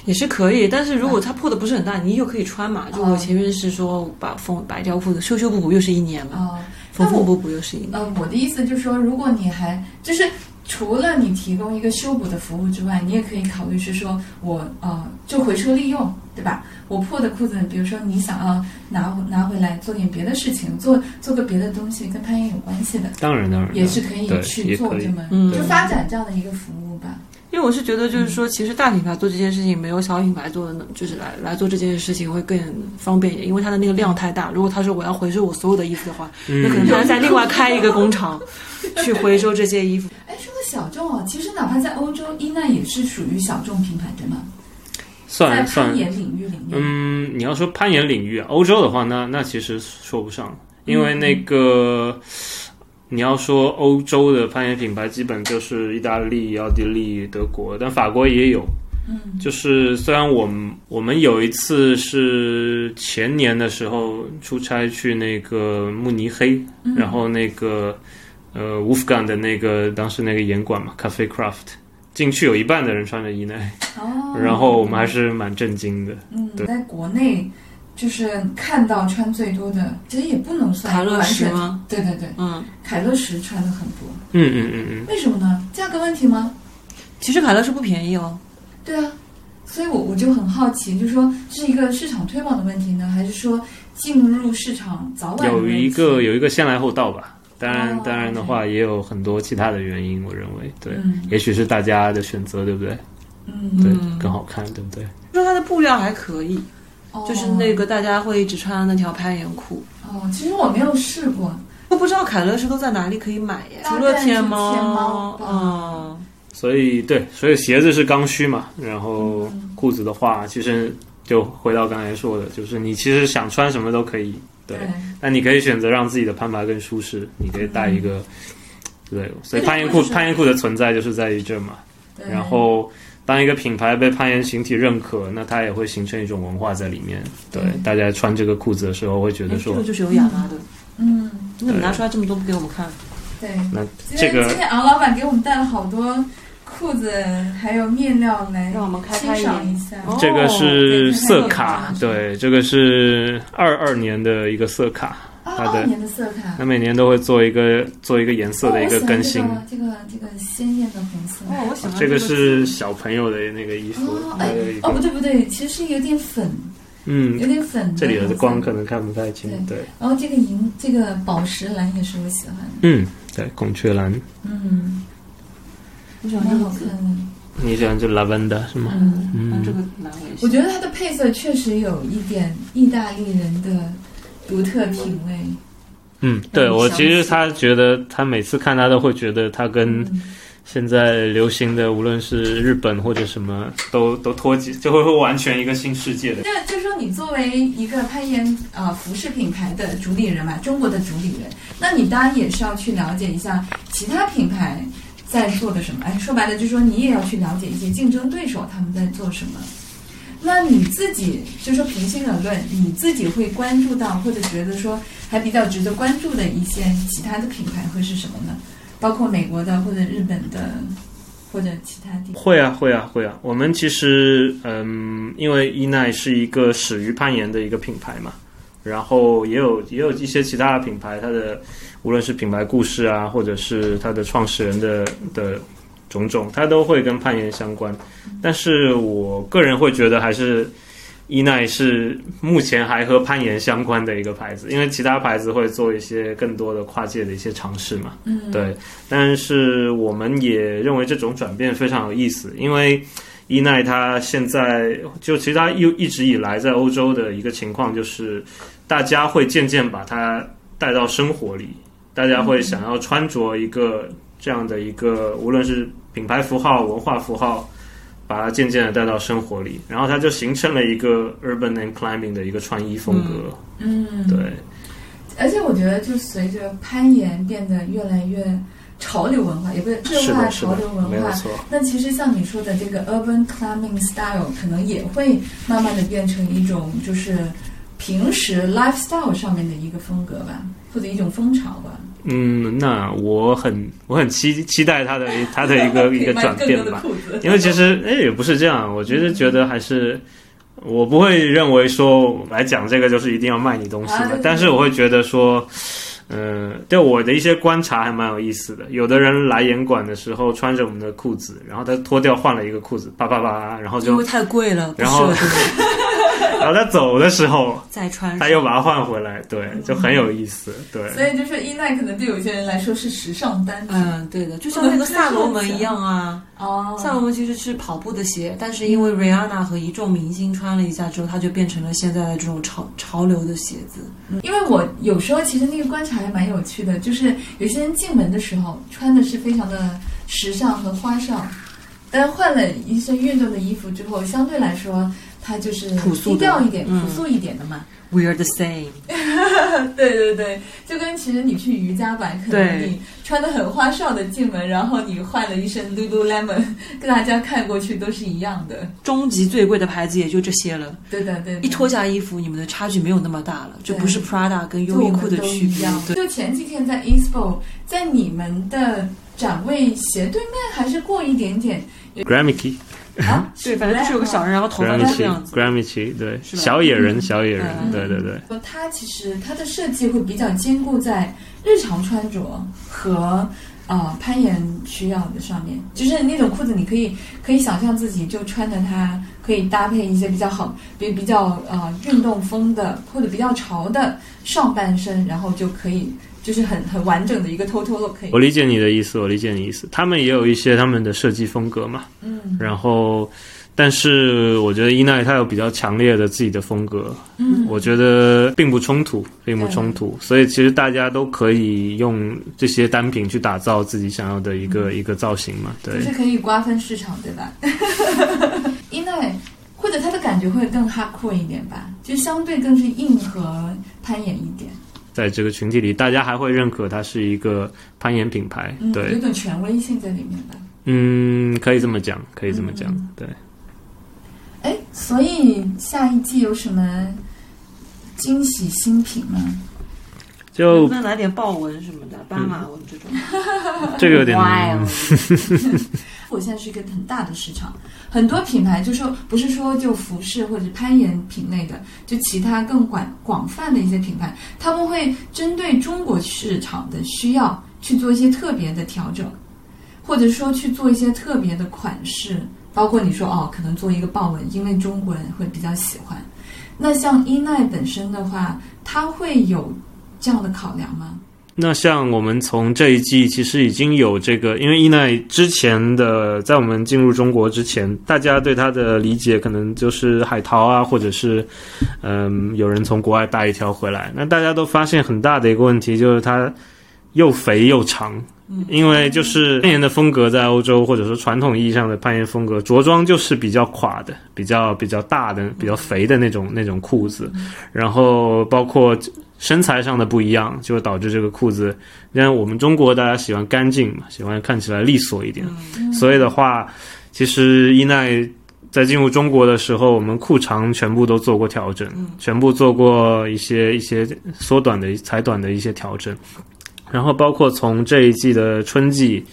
B: 也是可以，但是
A: 嗯
B: 如果它破的不是很大，你又可以穿嘛。就我前面是说把缝把一条裤子修修补补又是一年嘛，
A: 哦、
B: 缝
A: 那
B: 缝
A: 我
B: 补补又是一年。
A: 呃，我的意思就是说，如果你还就是除了你提供一个修补的服务之外，你也可以考虑是说我呃就回收利用，对吧？我破的裤子，比如说你想要拿拿回来做点别的事情，做做个别的东西跟攀岩有关系的，
C: 当然，当然，
A: 也是可以
C: 对
A: 去
C: 也
A: 做
C: 可以
A: 这么
B: 嗯
A: 就发展这样的一个服务吧。
B: 因为我是觉得就是
A: 嗯
B: 说，其实大品牌做这件事情没有小品牌做的那，就是来来做这件事情会更方便一点，因为它的那个量太大。如果他说我要回收我所有的衣服的话，那可能他再另外开一个 工厂去回收这些衣服。
A: 哎，说到小众哦，其实哪怕在欧洲，伊娜也是属于小众品牌，对吗？在
C: 算算
A: 攀，岩领域里面，
C: 嗯，你要说攀岩领域啊，欧洲的话，那那其实说不上，因为那个、你要说欧洲的攀岩品牌，基本就是意大利、奥地利、德国，但法国也有。嗯，就是虽然我们我们有一次是前年的时候出差去那个慕尼黑，
A: 嗯
C: 然后那个呃 Wolfgang 的那个当时那个岩馆嘛，Cafe Craft，进去有一半的人穿着衣内，
A: 哦，
C: 然后我们还是蛮震惊的。
A: 嗯，
C: 对
A: 在国内就是看到穿最多的，其实也不能算
B: 凯乐
A: 完
B: 石
A: 全？
B: 吗？
A: 对对对，
B: 嗯，
A: 凯乐石穿的很多，
C: 嗯嗯嗯嗯，
A: 为什么呢？价格问题吗？
B: 其实凯乐石不便宜哦。
A: 对啊，所以我我就很好奇，就是说是一个市场推广的问题呢，还是说进入市场早晚的
C: 有
A: 问题
C: 一个有一个先来后到吧。当然
A: 哦，
C: 当然的话，也有很多其他的原因，我认为对，
A: 嗯
C: 也许是大家的选择，对不对？
A: 嗯，
C: 对
B: 嗯，
C: 更好看，对不对？
B: 说它的布料还可以，
A: 哦
B: 就是那个大家会一直穿那条攀岩裤。
A: 哦，其实我没有试过，
B: 我不知道凯乐石都在哪里可以买耶，
A: 大
B: 除
A: 概
B: 了天猫，
A: 是天猫吧
B: 嗯，
C: 所以对，所以鞋子是刚需嘛，然后
A: 嗯
C: 裤子的话，其实就回到刚才说的，就是你其实想穿什么都可以，对，但你可以选择让自己的攀爬更舒适，你可以带一个，对，所以攀岩
A: 嗯那
C: 裤
A: 就是
C: 攀岩裤的存在就是在于这嘛，
A: 对，
C: 然后，当一个品牌被攀岩群体认可，那它也会形成一种文化在里面。对，大家穿这个裤子的时候会觉
B: 哎
C: 得
B: 这
C: 说
B: 个，就是有亚麻的。
A: 嗯，
B: 你怎么拿出来这么多不给我们看？
A: 对。
C: 那
A: 今
C: 这
A: 天
C: 个
A: 今天昂老板给我们带了好多裤子，还有面料来
B: 哎让我们开
A: 欣
B: 开
A: 赏
B: 眼。
A: 一下。
B: 哦
C: 这个
A: 对这
C: 是
A: 个
C: 色
A: 很有
C: 卡
A: 意，思
C: 对，这个是二二年的一个色卡，
A: 啊，
C: 它的
A: 二年的色卡
C: 那。每年都会做一个做一个颜色的一个更新。
A: 哦我喜欢这个这个这个鲜艳的红色。
F: 哦，我喜欢
C: 这个
F: 个
C: 是小朋友的那个衣服，
A: 哦，
C: 还
A: 哎
C: 有一，
A: 哦，不
C: 个
A: 对不对，其实有点粉，有
C: 嗯，
A: 点粉。
C: 这里的光可。能看不太清，对，
A: 然后这个银，这个宝石蓝也是我喜欢的，
C: 嗯，对，孔雀蓝，
A: 嗯，
F: 我喜欢这
A: 蛮好
F: 个
A: 看
F: 紫，
A: 的。
C: 你喜欢就 lavender 是吗？
F: 嗯，
C: 嗯
F: 嗯这个蓝我也喜
A: 我
F: 欢。
A: 觉得它的配色确实有一点意大利人的独特品味。
C: 嗯，对
A: 嗯
C: 我
A: 小
C: 其实
A: 紫
C: 他觉得他每次看他都会觉得他跟
A: 嗯
C: 现在流行的无论是日本或者什么都都脱节，就会会完全一个新世界的。
A: 那就说你作为一个攀岩啊、呃服饰品牌的主理人嘛，中国的主理人，那你当然也是要去了解一下其他品牌在做的什么。哎，说白了就是说你也要去了解一些竞争对手他们在做什么。那你自己就说平心而论，你自己会关注到或者觉得说还比较值得关注的一些其他的品牌会是什么呢？包括美国的或者日本的或者其他地方。
C: 会啊，会啊，会啊。我们其实，嗯，因为伊奈是一个始于攀岩的一个品牌嘛，然后也有也有一些其他的品牌，它的无论是品牌故事啊，或者是它的创始人的呃的种种，它都会跟攀岩相关。但是我个人会觉得，还是伊奈是目前还和攀岩相关的一个牌子，因为其他牌子会做一些更多的跨界的一些尝试嘛。
A: 嗯，
C: 对，但是我们也认为这种转变非常有意思，因为伊奈它现在就其实它又一直以来在欧洲的一个情况就是，大家会渐渐把它带到生活里，大家会想要穿着一个这样的一个，无论是品牌符号、文化符号。把它渐渐的带到生活里，然后它就形成了一个 urban and climbing 的一个穿衣风格。
A: 嗯，
C: 对，
A: 而且我觉得，就随着攀岩变得越来越潮流文化，也不是
C: 是
A: 热化
C: 的，是
A: 潮
C: 的
A: 流，
C: 没
A: 文
C: 有
A: 化。
C: 错。
A: 那其实像你说的这个 urban climbing style，可能也会慢慢的变成一种就是平时 lifestyle 上面的一个风格吧，或者一种风潮吧。
C: 嗯，那我很我很期期待它的它的一 个一个转变吧，
A: 可以卖更多的裤子。
C: 因为其实哎也不是这样，我觉得觉得还是我不会认为说我来讲这个就是一定要卖你东西
A: 啊对
C: 的
A: 对，
C: 但是我会觉得说，嗯、对我的一些观察还蛮有意思的。有的人来严管的时候穿着我们的裤子，然后他脱掉换了一个裤子，啪啪啪，然后
B: 因
C: 就
B: 为太贵了，不
C: 然后
B: 适合这种
C: 然后他走的 时候
B: 再穿上。
C: 他又把它换回来，对，就很有意思，对。
A: 所以就是依赖，可能对有些人来说是时尚单品。
B: 嗯，对的，就像那个萨罗门一样啊。
A: 哦
B: 萨罗门其实是跑步的鞋，但是因为 Rihanna 和一众明星穿了一下之后，它就变成了现在的这种潮潮流的鞋子。
A: 因为我有时候其实那个观察还蛮有趣的，就是有些人进门的时候穿的是非常的时尚和花哨，但换了一身运动的衣服之后，相对来说他就是
B: 朴素
A: 低
B: 的
A: 调一点、
B: 嗯
A: 朴素一点的嘛。
B: We are the same。
A: 对对对，就跟其实你去瑜伽馆，可能
B: 对
A: 你穿的很花哨的进门，然后你换了一身 Lululemon，跟大家看过去都是一样的。
B: 终极最贵的牌子也就这些了，
A: 对的对的，
B: 一脱下衣服，你们的差距没有那么大了，就不是
A: 对
B: Prada 跟
A: 就
B: 优衣库的
A: 我
B: 区
A: 们都一
B: 别
A: 样。
B: 对，，
A: 就前几天在 Expo，在你们的展位斜对面还是过一点点
C: Grammy
A: 啊
B: 对，反正就是有个小人，然后头发都
C: Grammy
B: 这样
C: y
B: 子。
C: Grammy y 对，
B: 是吧
C: 小野人，小野人，
B: 嗯
C: 对对对，
A: 说它其实它的设计会比较兼顾在日常穿着和呃攀岩需要的上面，就是那种裤子，你可以可以想象自己就穿着它，可以搭配一些比较好，比比较呃运动风的或者比较潮的上半身，然后就可以就是很很完整的一个 total look 可以
C: 我。理解你的意思，我理解你的意思。他们也有一些他们的设计风格嘛，
A: 嗯
C: 然后，但是我觉得伊奈他有比较强烈的自己的风格，
A: 嗯，
C: 我觉得并不冲突，并不冲突。所以其实大家都可以用这些单品去打造自己想要的一
B: 嗯
C: 个、一个造型嘛，对
A: 就。是可以瓜分市场，对吧？ 因为或者他的感觉会更 hardcore 一点吧，就相对更是硬核攀岩一点，
C: 在这个群体里，大家还会认可它是一个攀岩品牌，
A: 嗯，有
C: 对，
A: 种权威性在里面吧。
C: 嗯，可以这么讲，可以这么讲，
B: 嗯
C: 对。
A: 哎，所以下一季有什么惊喜新品吗？
C: 就
B: 那来点豹纹什么的，斑马纹这种。
C: 这个有点
B: 哇哦！
A: 我国现在是一个很大的市场，很多品牌就是不是说就服饰或者攀岩品类的，就其他更广广泛的一些品牌，他们会针对中国市场的需要去做一些特别的调整，或者说去做一些特别的款式，包括你说哦，可能做一个豹纹，因为中国人会比较喜欢。那像伊奈本身的话，它会有这样的考量吗？
C: 那像我们从这一季其实已经有这个，因为伊奈之前的，在我们进入中国之前，大家对它的理解可能就是海淘啊，或者是嗯、有人从国外带一条回来。那大家都发现很大的一个问题就是它又肥又长，因为就是攀岩的风格在欧洲或者说传统意义上的攀岩风格，着装就是比较垮的、比较比较大的、比较肥的那种那种裤子，然后包括身材上的不一样，就会导致这个裤子。像我们中国大家喜欢干净嘛，喜欢看起来利索一点，所以的话，其实伊奈在进入中国的时候，我们裤长全部都做过调整，全部做过一些一些缩短的裁短的一些调整，然后包括从这一季的春季。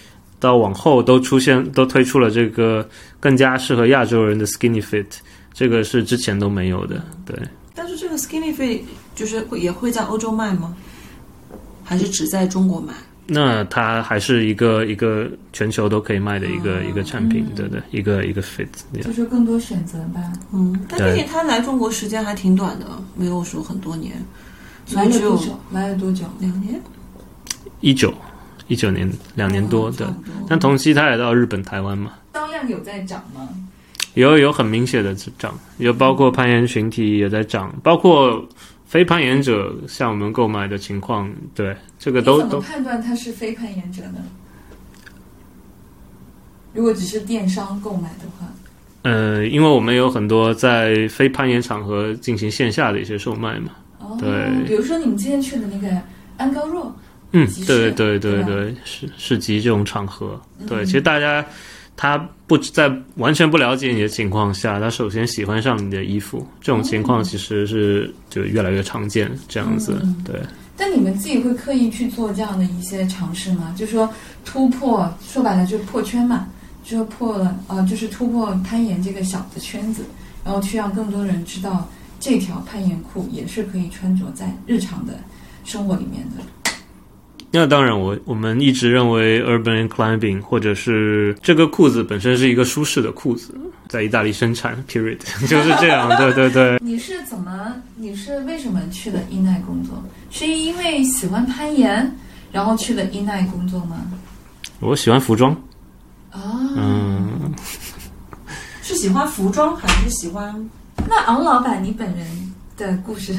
C: 到往后都出现，都推出了这个更加适合亚洲人的 skinny fit，这个是之前都没有的。对，
B: 但是这个 skinny fit 就是会也会在欧洲卖吗？还是只在中国卖？
C: 那它还是一个一个全球都可以卖的一个、一个产品，对对，一个一个 fit，yeah。
G: 就是更多选择吧。
B: 嗯，但
C: 对
B: 毕竟他来中国时间还挺短的，没有说很多年，所
G: 来
B: 以
G: 了
B: 只有
G: 多久？来了多久？
B: 两年，嗯
C: 一九一九年两年多，对
B: 哦差。不多
C: 但同期它也到日本、台湾嘛，
A: 销量有在涨吗？
C: 有有很明显的涨，有包括攀岩群体也在涨，包括非攀岩者向我们购买的情况，对这个
A: 你
C: 都
A: 怎么
C: 都
A: 判断它是非攀岩者呢？如果只是电商购买的话，
C: 呃，因为我们有很多在非攀岩场合进行线下的一些售卖嘛，
A: 哦，
C: 对
A: 比如说你们今天去的那个安高若，
C: 嗯
A: 集，市
C: 对对
A: 对
C: 对
A: 吧嗯
C: 对，市市集这种场合，对，其实大家他不在完全不了解你的情况下，他首先喜欢上你的衣服，这种情
A: 哦
C: 况其实是就越来越常见，这样子，
A: 嗯
C: 对。
A: 但你们自己会刻意去做这样的一些尝试吗？就说突破，说白了就是破圈嘛，就说破了啊、呃就是突破攀岩这个小的圈子，然后去让更多人知道这条攀岩裤也是可以穿着在日常的生活里面的。
C: 那当然我，我们一直认为 urban climbing 或者是这个裤子本身是一个舒适的裤子，在意大利生产，period 就是这样，对对对。
A: 你是怎么？你是为什么去了伊奈工作？是因为喜欢攀岩，然后去了伊奈工作吗？
C: 我喜欢服装，
A: 啊，
C: 嗯，
B: 是喜欢服装还是喜欢？
A: 那昂老板，你本人的故事，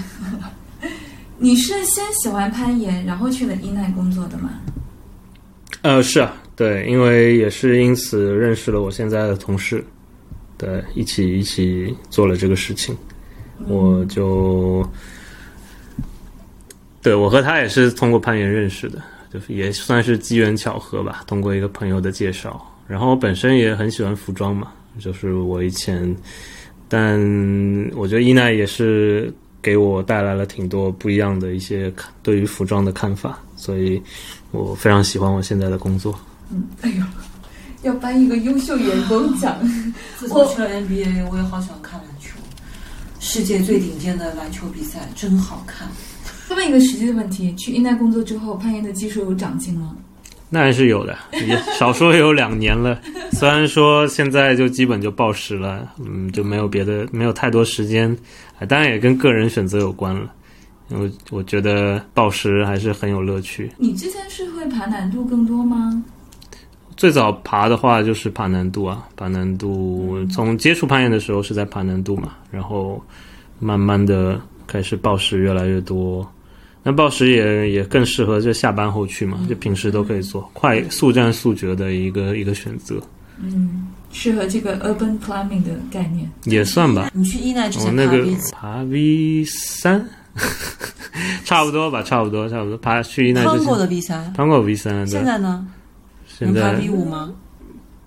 A: 你是先喜欢攀岩，然后去了伊奈工作的吗？
C: 呃，是啊，对，因为也是因此认识了我现在的同事，对，一起一起做了这个事情，
A: 嗯
C: 我就，对我和他也是通过攀岩认识的，就是也算是机缘巧合吧，通过一个朋友的介绍，然后我本身也很喜欢服装嘛，就是我以前，但我觉得伊奈也是给我带来了挺多不一样的一些看对于服装的看法，所以。我非常喜欢我现在的工作。
A: 要颁一个优秀员工 奖，
B: 自从去了 NBA，我也好喜欢看篮球，世界最顶尖的篮球比赛真好看。
A: 这么一个实际的问题，去伊奈工作之后，攀岩的技术有长进吗？
C: 那还是有的，也少说也有两年了。 虽然说现在就基本就暴食了，嗯，就没有别的，没有太多时间。哎当然也跟个人选择有关了。因为我我觉得暴食还是很有乐趣。
A: 你之前是会爬难度更多吗？
C: 最早爬的话就是爬难度啊，爬难度。从接触攀岩的时候是在爬难度嘛，然后慢慢的开始暴食越来越多。那暴食也也更适合就下班后去嘛，就平时都可以做，快速战速决的一个一个选择，
A: 嗯适合这个 urban climbing 的概念。
C: 也算吧。
B: 你去伊奈之
C: 我、
B: 前
C: 那
B: 爬
C: 个
B: B 级，
C: 爬 V 三， 差不多吧，差不多差不多。爬去那
B: 看
C: 之
B: 过
C: 前
B: 的 B 三，
C: 攀过 V 三，对
B: 现。在呢？
C: 现
B: 能爬
C: 在
B: B 五吗？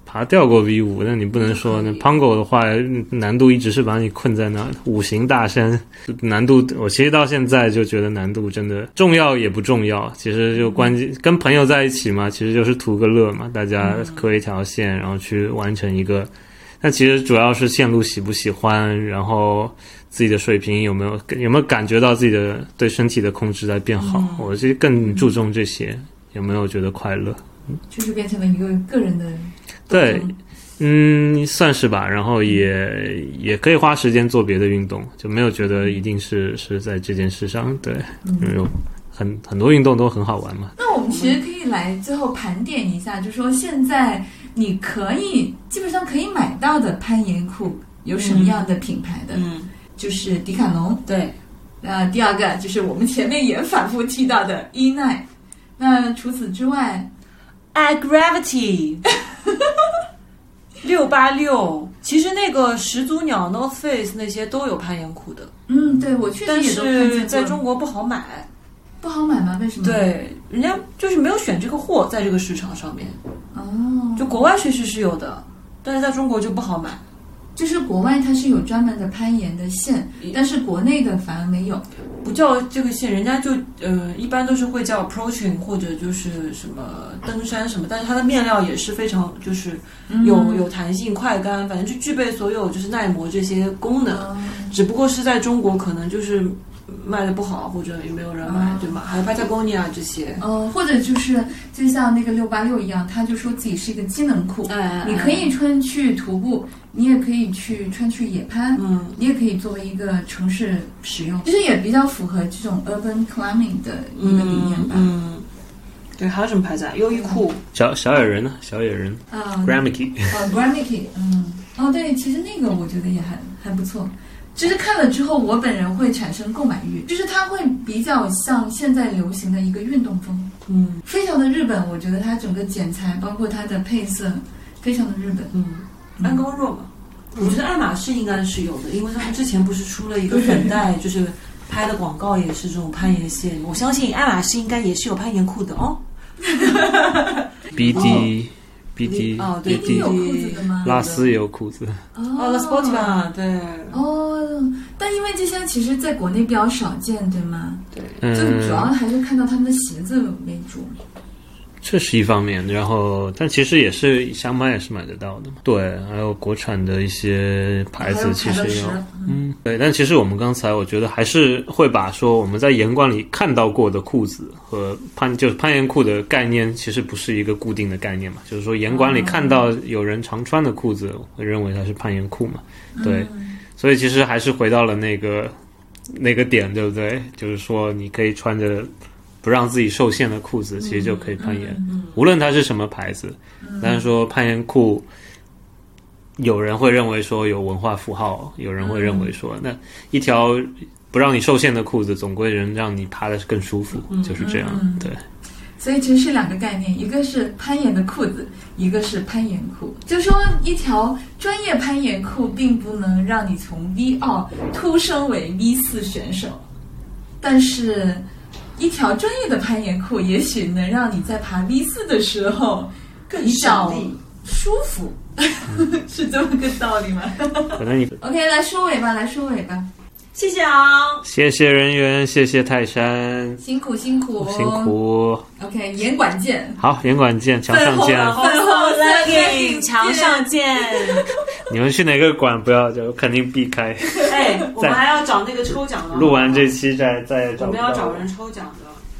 C: 爬吊过 V 五，但你不能说那 Pongo 的话，难度一直是把你困在那儿。五行大山难度，我其实到现在就觉得难度真的重要也不重要，其实就关键跟朋友在一起嘛，其实就是图个乐嘛，大家磕一条线，然后去完成一个。那其实主要是线路喜不喜欢，然后自己的水平有没有有没有感觉到自己的对身体的控制在变好。我其实更注重这些，有没有觉得快乐？
A: 就是变成了一个个人的
C: 对，嗯，算是吧。然后也也可以花时间做别的运动，就没有觉得一定是是在这件事上。对，
B: 嗯
C: 因为有很很多运动都很好玩嘛。
A: 嗯那我们其实可以来最后盘点一下，就说现在你可以基本上可以买到的攀岩裤有什么样的品牌的？
B: 嗯，
A: 就是迪卡侬。
B: 对，
A: 那第二个就是我们前面也反复提到的伊奈。那除此之外，
B: I Gravity 六八六，其实那个始祖鸟 North Face 那些都有攀岩裤的，
A: 嗯，对我确
B: 但
A: 实也都看见
B: 是
A: 过嗯
B: 在中国不好买。
A: 不好买吗？为什么？，
B: 对，人家就是没有选这个货，在这个市场上面，
A: 哦，
B: 就国外确实是有的，但是在中国就不好买。
A: 就是国外它是有专门的攀岩的线，但是国内的反而没有。
B: 不叫这个线，人家就呃，一般都是会叫 approaching 或者就是什么登山什么，但是它的面料也是非常就是
A: 嗯
B: 有、有弹性、快干，反正就具备所有就是耐磨这些功能，
A: 哦嗯
B: 只不过是在中国可能就是卖的不好，或者也没有人买，对吗？还有 Patagonia 这些，
A: 嗯，或者就是就像那个六八六一样，他就说自己是一个机能裤，
B: 哎
A: 你可，以穿去徒步，你也可以去穿去野攀，
B: 嗯，
A: 你也可以作为一个城市使用，其实也比较符合这种 urban climbing 的一个理念吧。
B: 嗯，对，还有什么牌子啊？优衣库，
C: 小小野人呢？小野人
A: 啊
C: g r a m i k y
A: 呃 g r a m i k y 嗯，哦对，其实那个我觉得也还还不错。就是看了之后，我本人会产生购买欲，就是它会比较像现在流行的一个运动风，
B: 嗯
A: 非常的日本。我觉得它整个剪裁，包括它的配色，非常的日本。
B: 嗯，安高若嘛。我觉得爱马仕应该是有的，因为他们之前不是出了一个粉黛，就是拍的广告也是这种攀岩线。我相信爱马仕应该也是有攀岩裤的哦。
C: BD BD
B: 哦，对，
A: 一定有
C: BD
A: 裤子的吗？
C: 拉丝也有裤子，
B: 哦，La Sportiva，对
A: 哦，但因为这些其实在国内比较少见，对吗？
B: 对，
A: 就主要
C: 嗯，
A: 还是看到他们的鞋子为主。
C: 这是一方面。然后，但其实也是想买也是买得到的嘛。对，还有国产的一些牌
A: 还
C: 子
A: 有
C: 其
A: 凯乐
C: 实
A: 石
C: 有。嗯，对，但其实我们刚才我觉得还是会把说我们在岩馆里看到过的裤子和攀就是攀岩裤的概念，其实不是一个固定的概念嘛，就是说岩馆里看到有人常穿的裤子，会认为它是攀岩裤嘛，
A: 嗯
C: 对，所以其实还是回到了那个那个点，对不对？就是说你可以穿着不让自己受限的裤子，其实就可以攀岩，无论它是什么牌子，
B: 嗯
C: 但是说攀岩裤。有人会认为说有文化符号，有人会认为说、
B: 嗯
C: 那一条不让你受限的裤子，总归能让你爬的更舒服，
B: 嗯
C: 就是这样。对，
A: 所以其实是两个概念，一个是攀岩的裤子，一个是攀岩裤。就说一条专业攀岩裤并不能让你从 V 二突升为 V 四选手，但是一条专业的攀岩裤也许能让你在爬 V 四的时候更
B: 比较
A: 小舒服， 是这么个道理吗
C: 可能你
A: ？OK，来收尾吧，来收尾吧，
B: 谢谢啊，
C: 谢谢人员，谢谢泰山，
A: 辛苦辛苦，
C: 辛。苦。
A: OK，严管见，
C: 好，严管见，墙上见。
A: 粉红
B: 粉红 legging，
A: legging，
B: 墙上见。
C: 你们去哪个馆不要就肯定避开。
B: 哎，我们还要找那个抽奖的，
C: 录完这期再再
B: 我
C: 找不
B: 们
C: 到
B: 要找人抽奖的。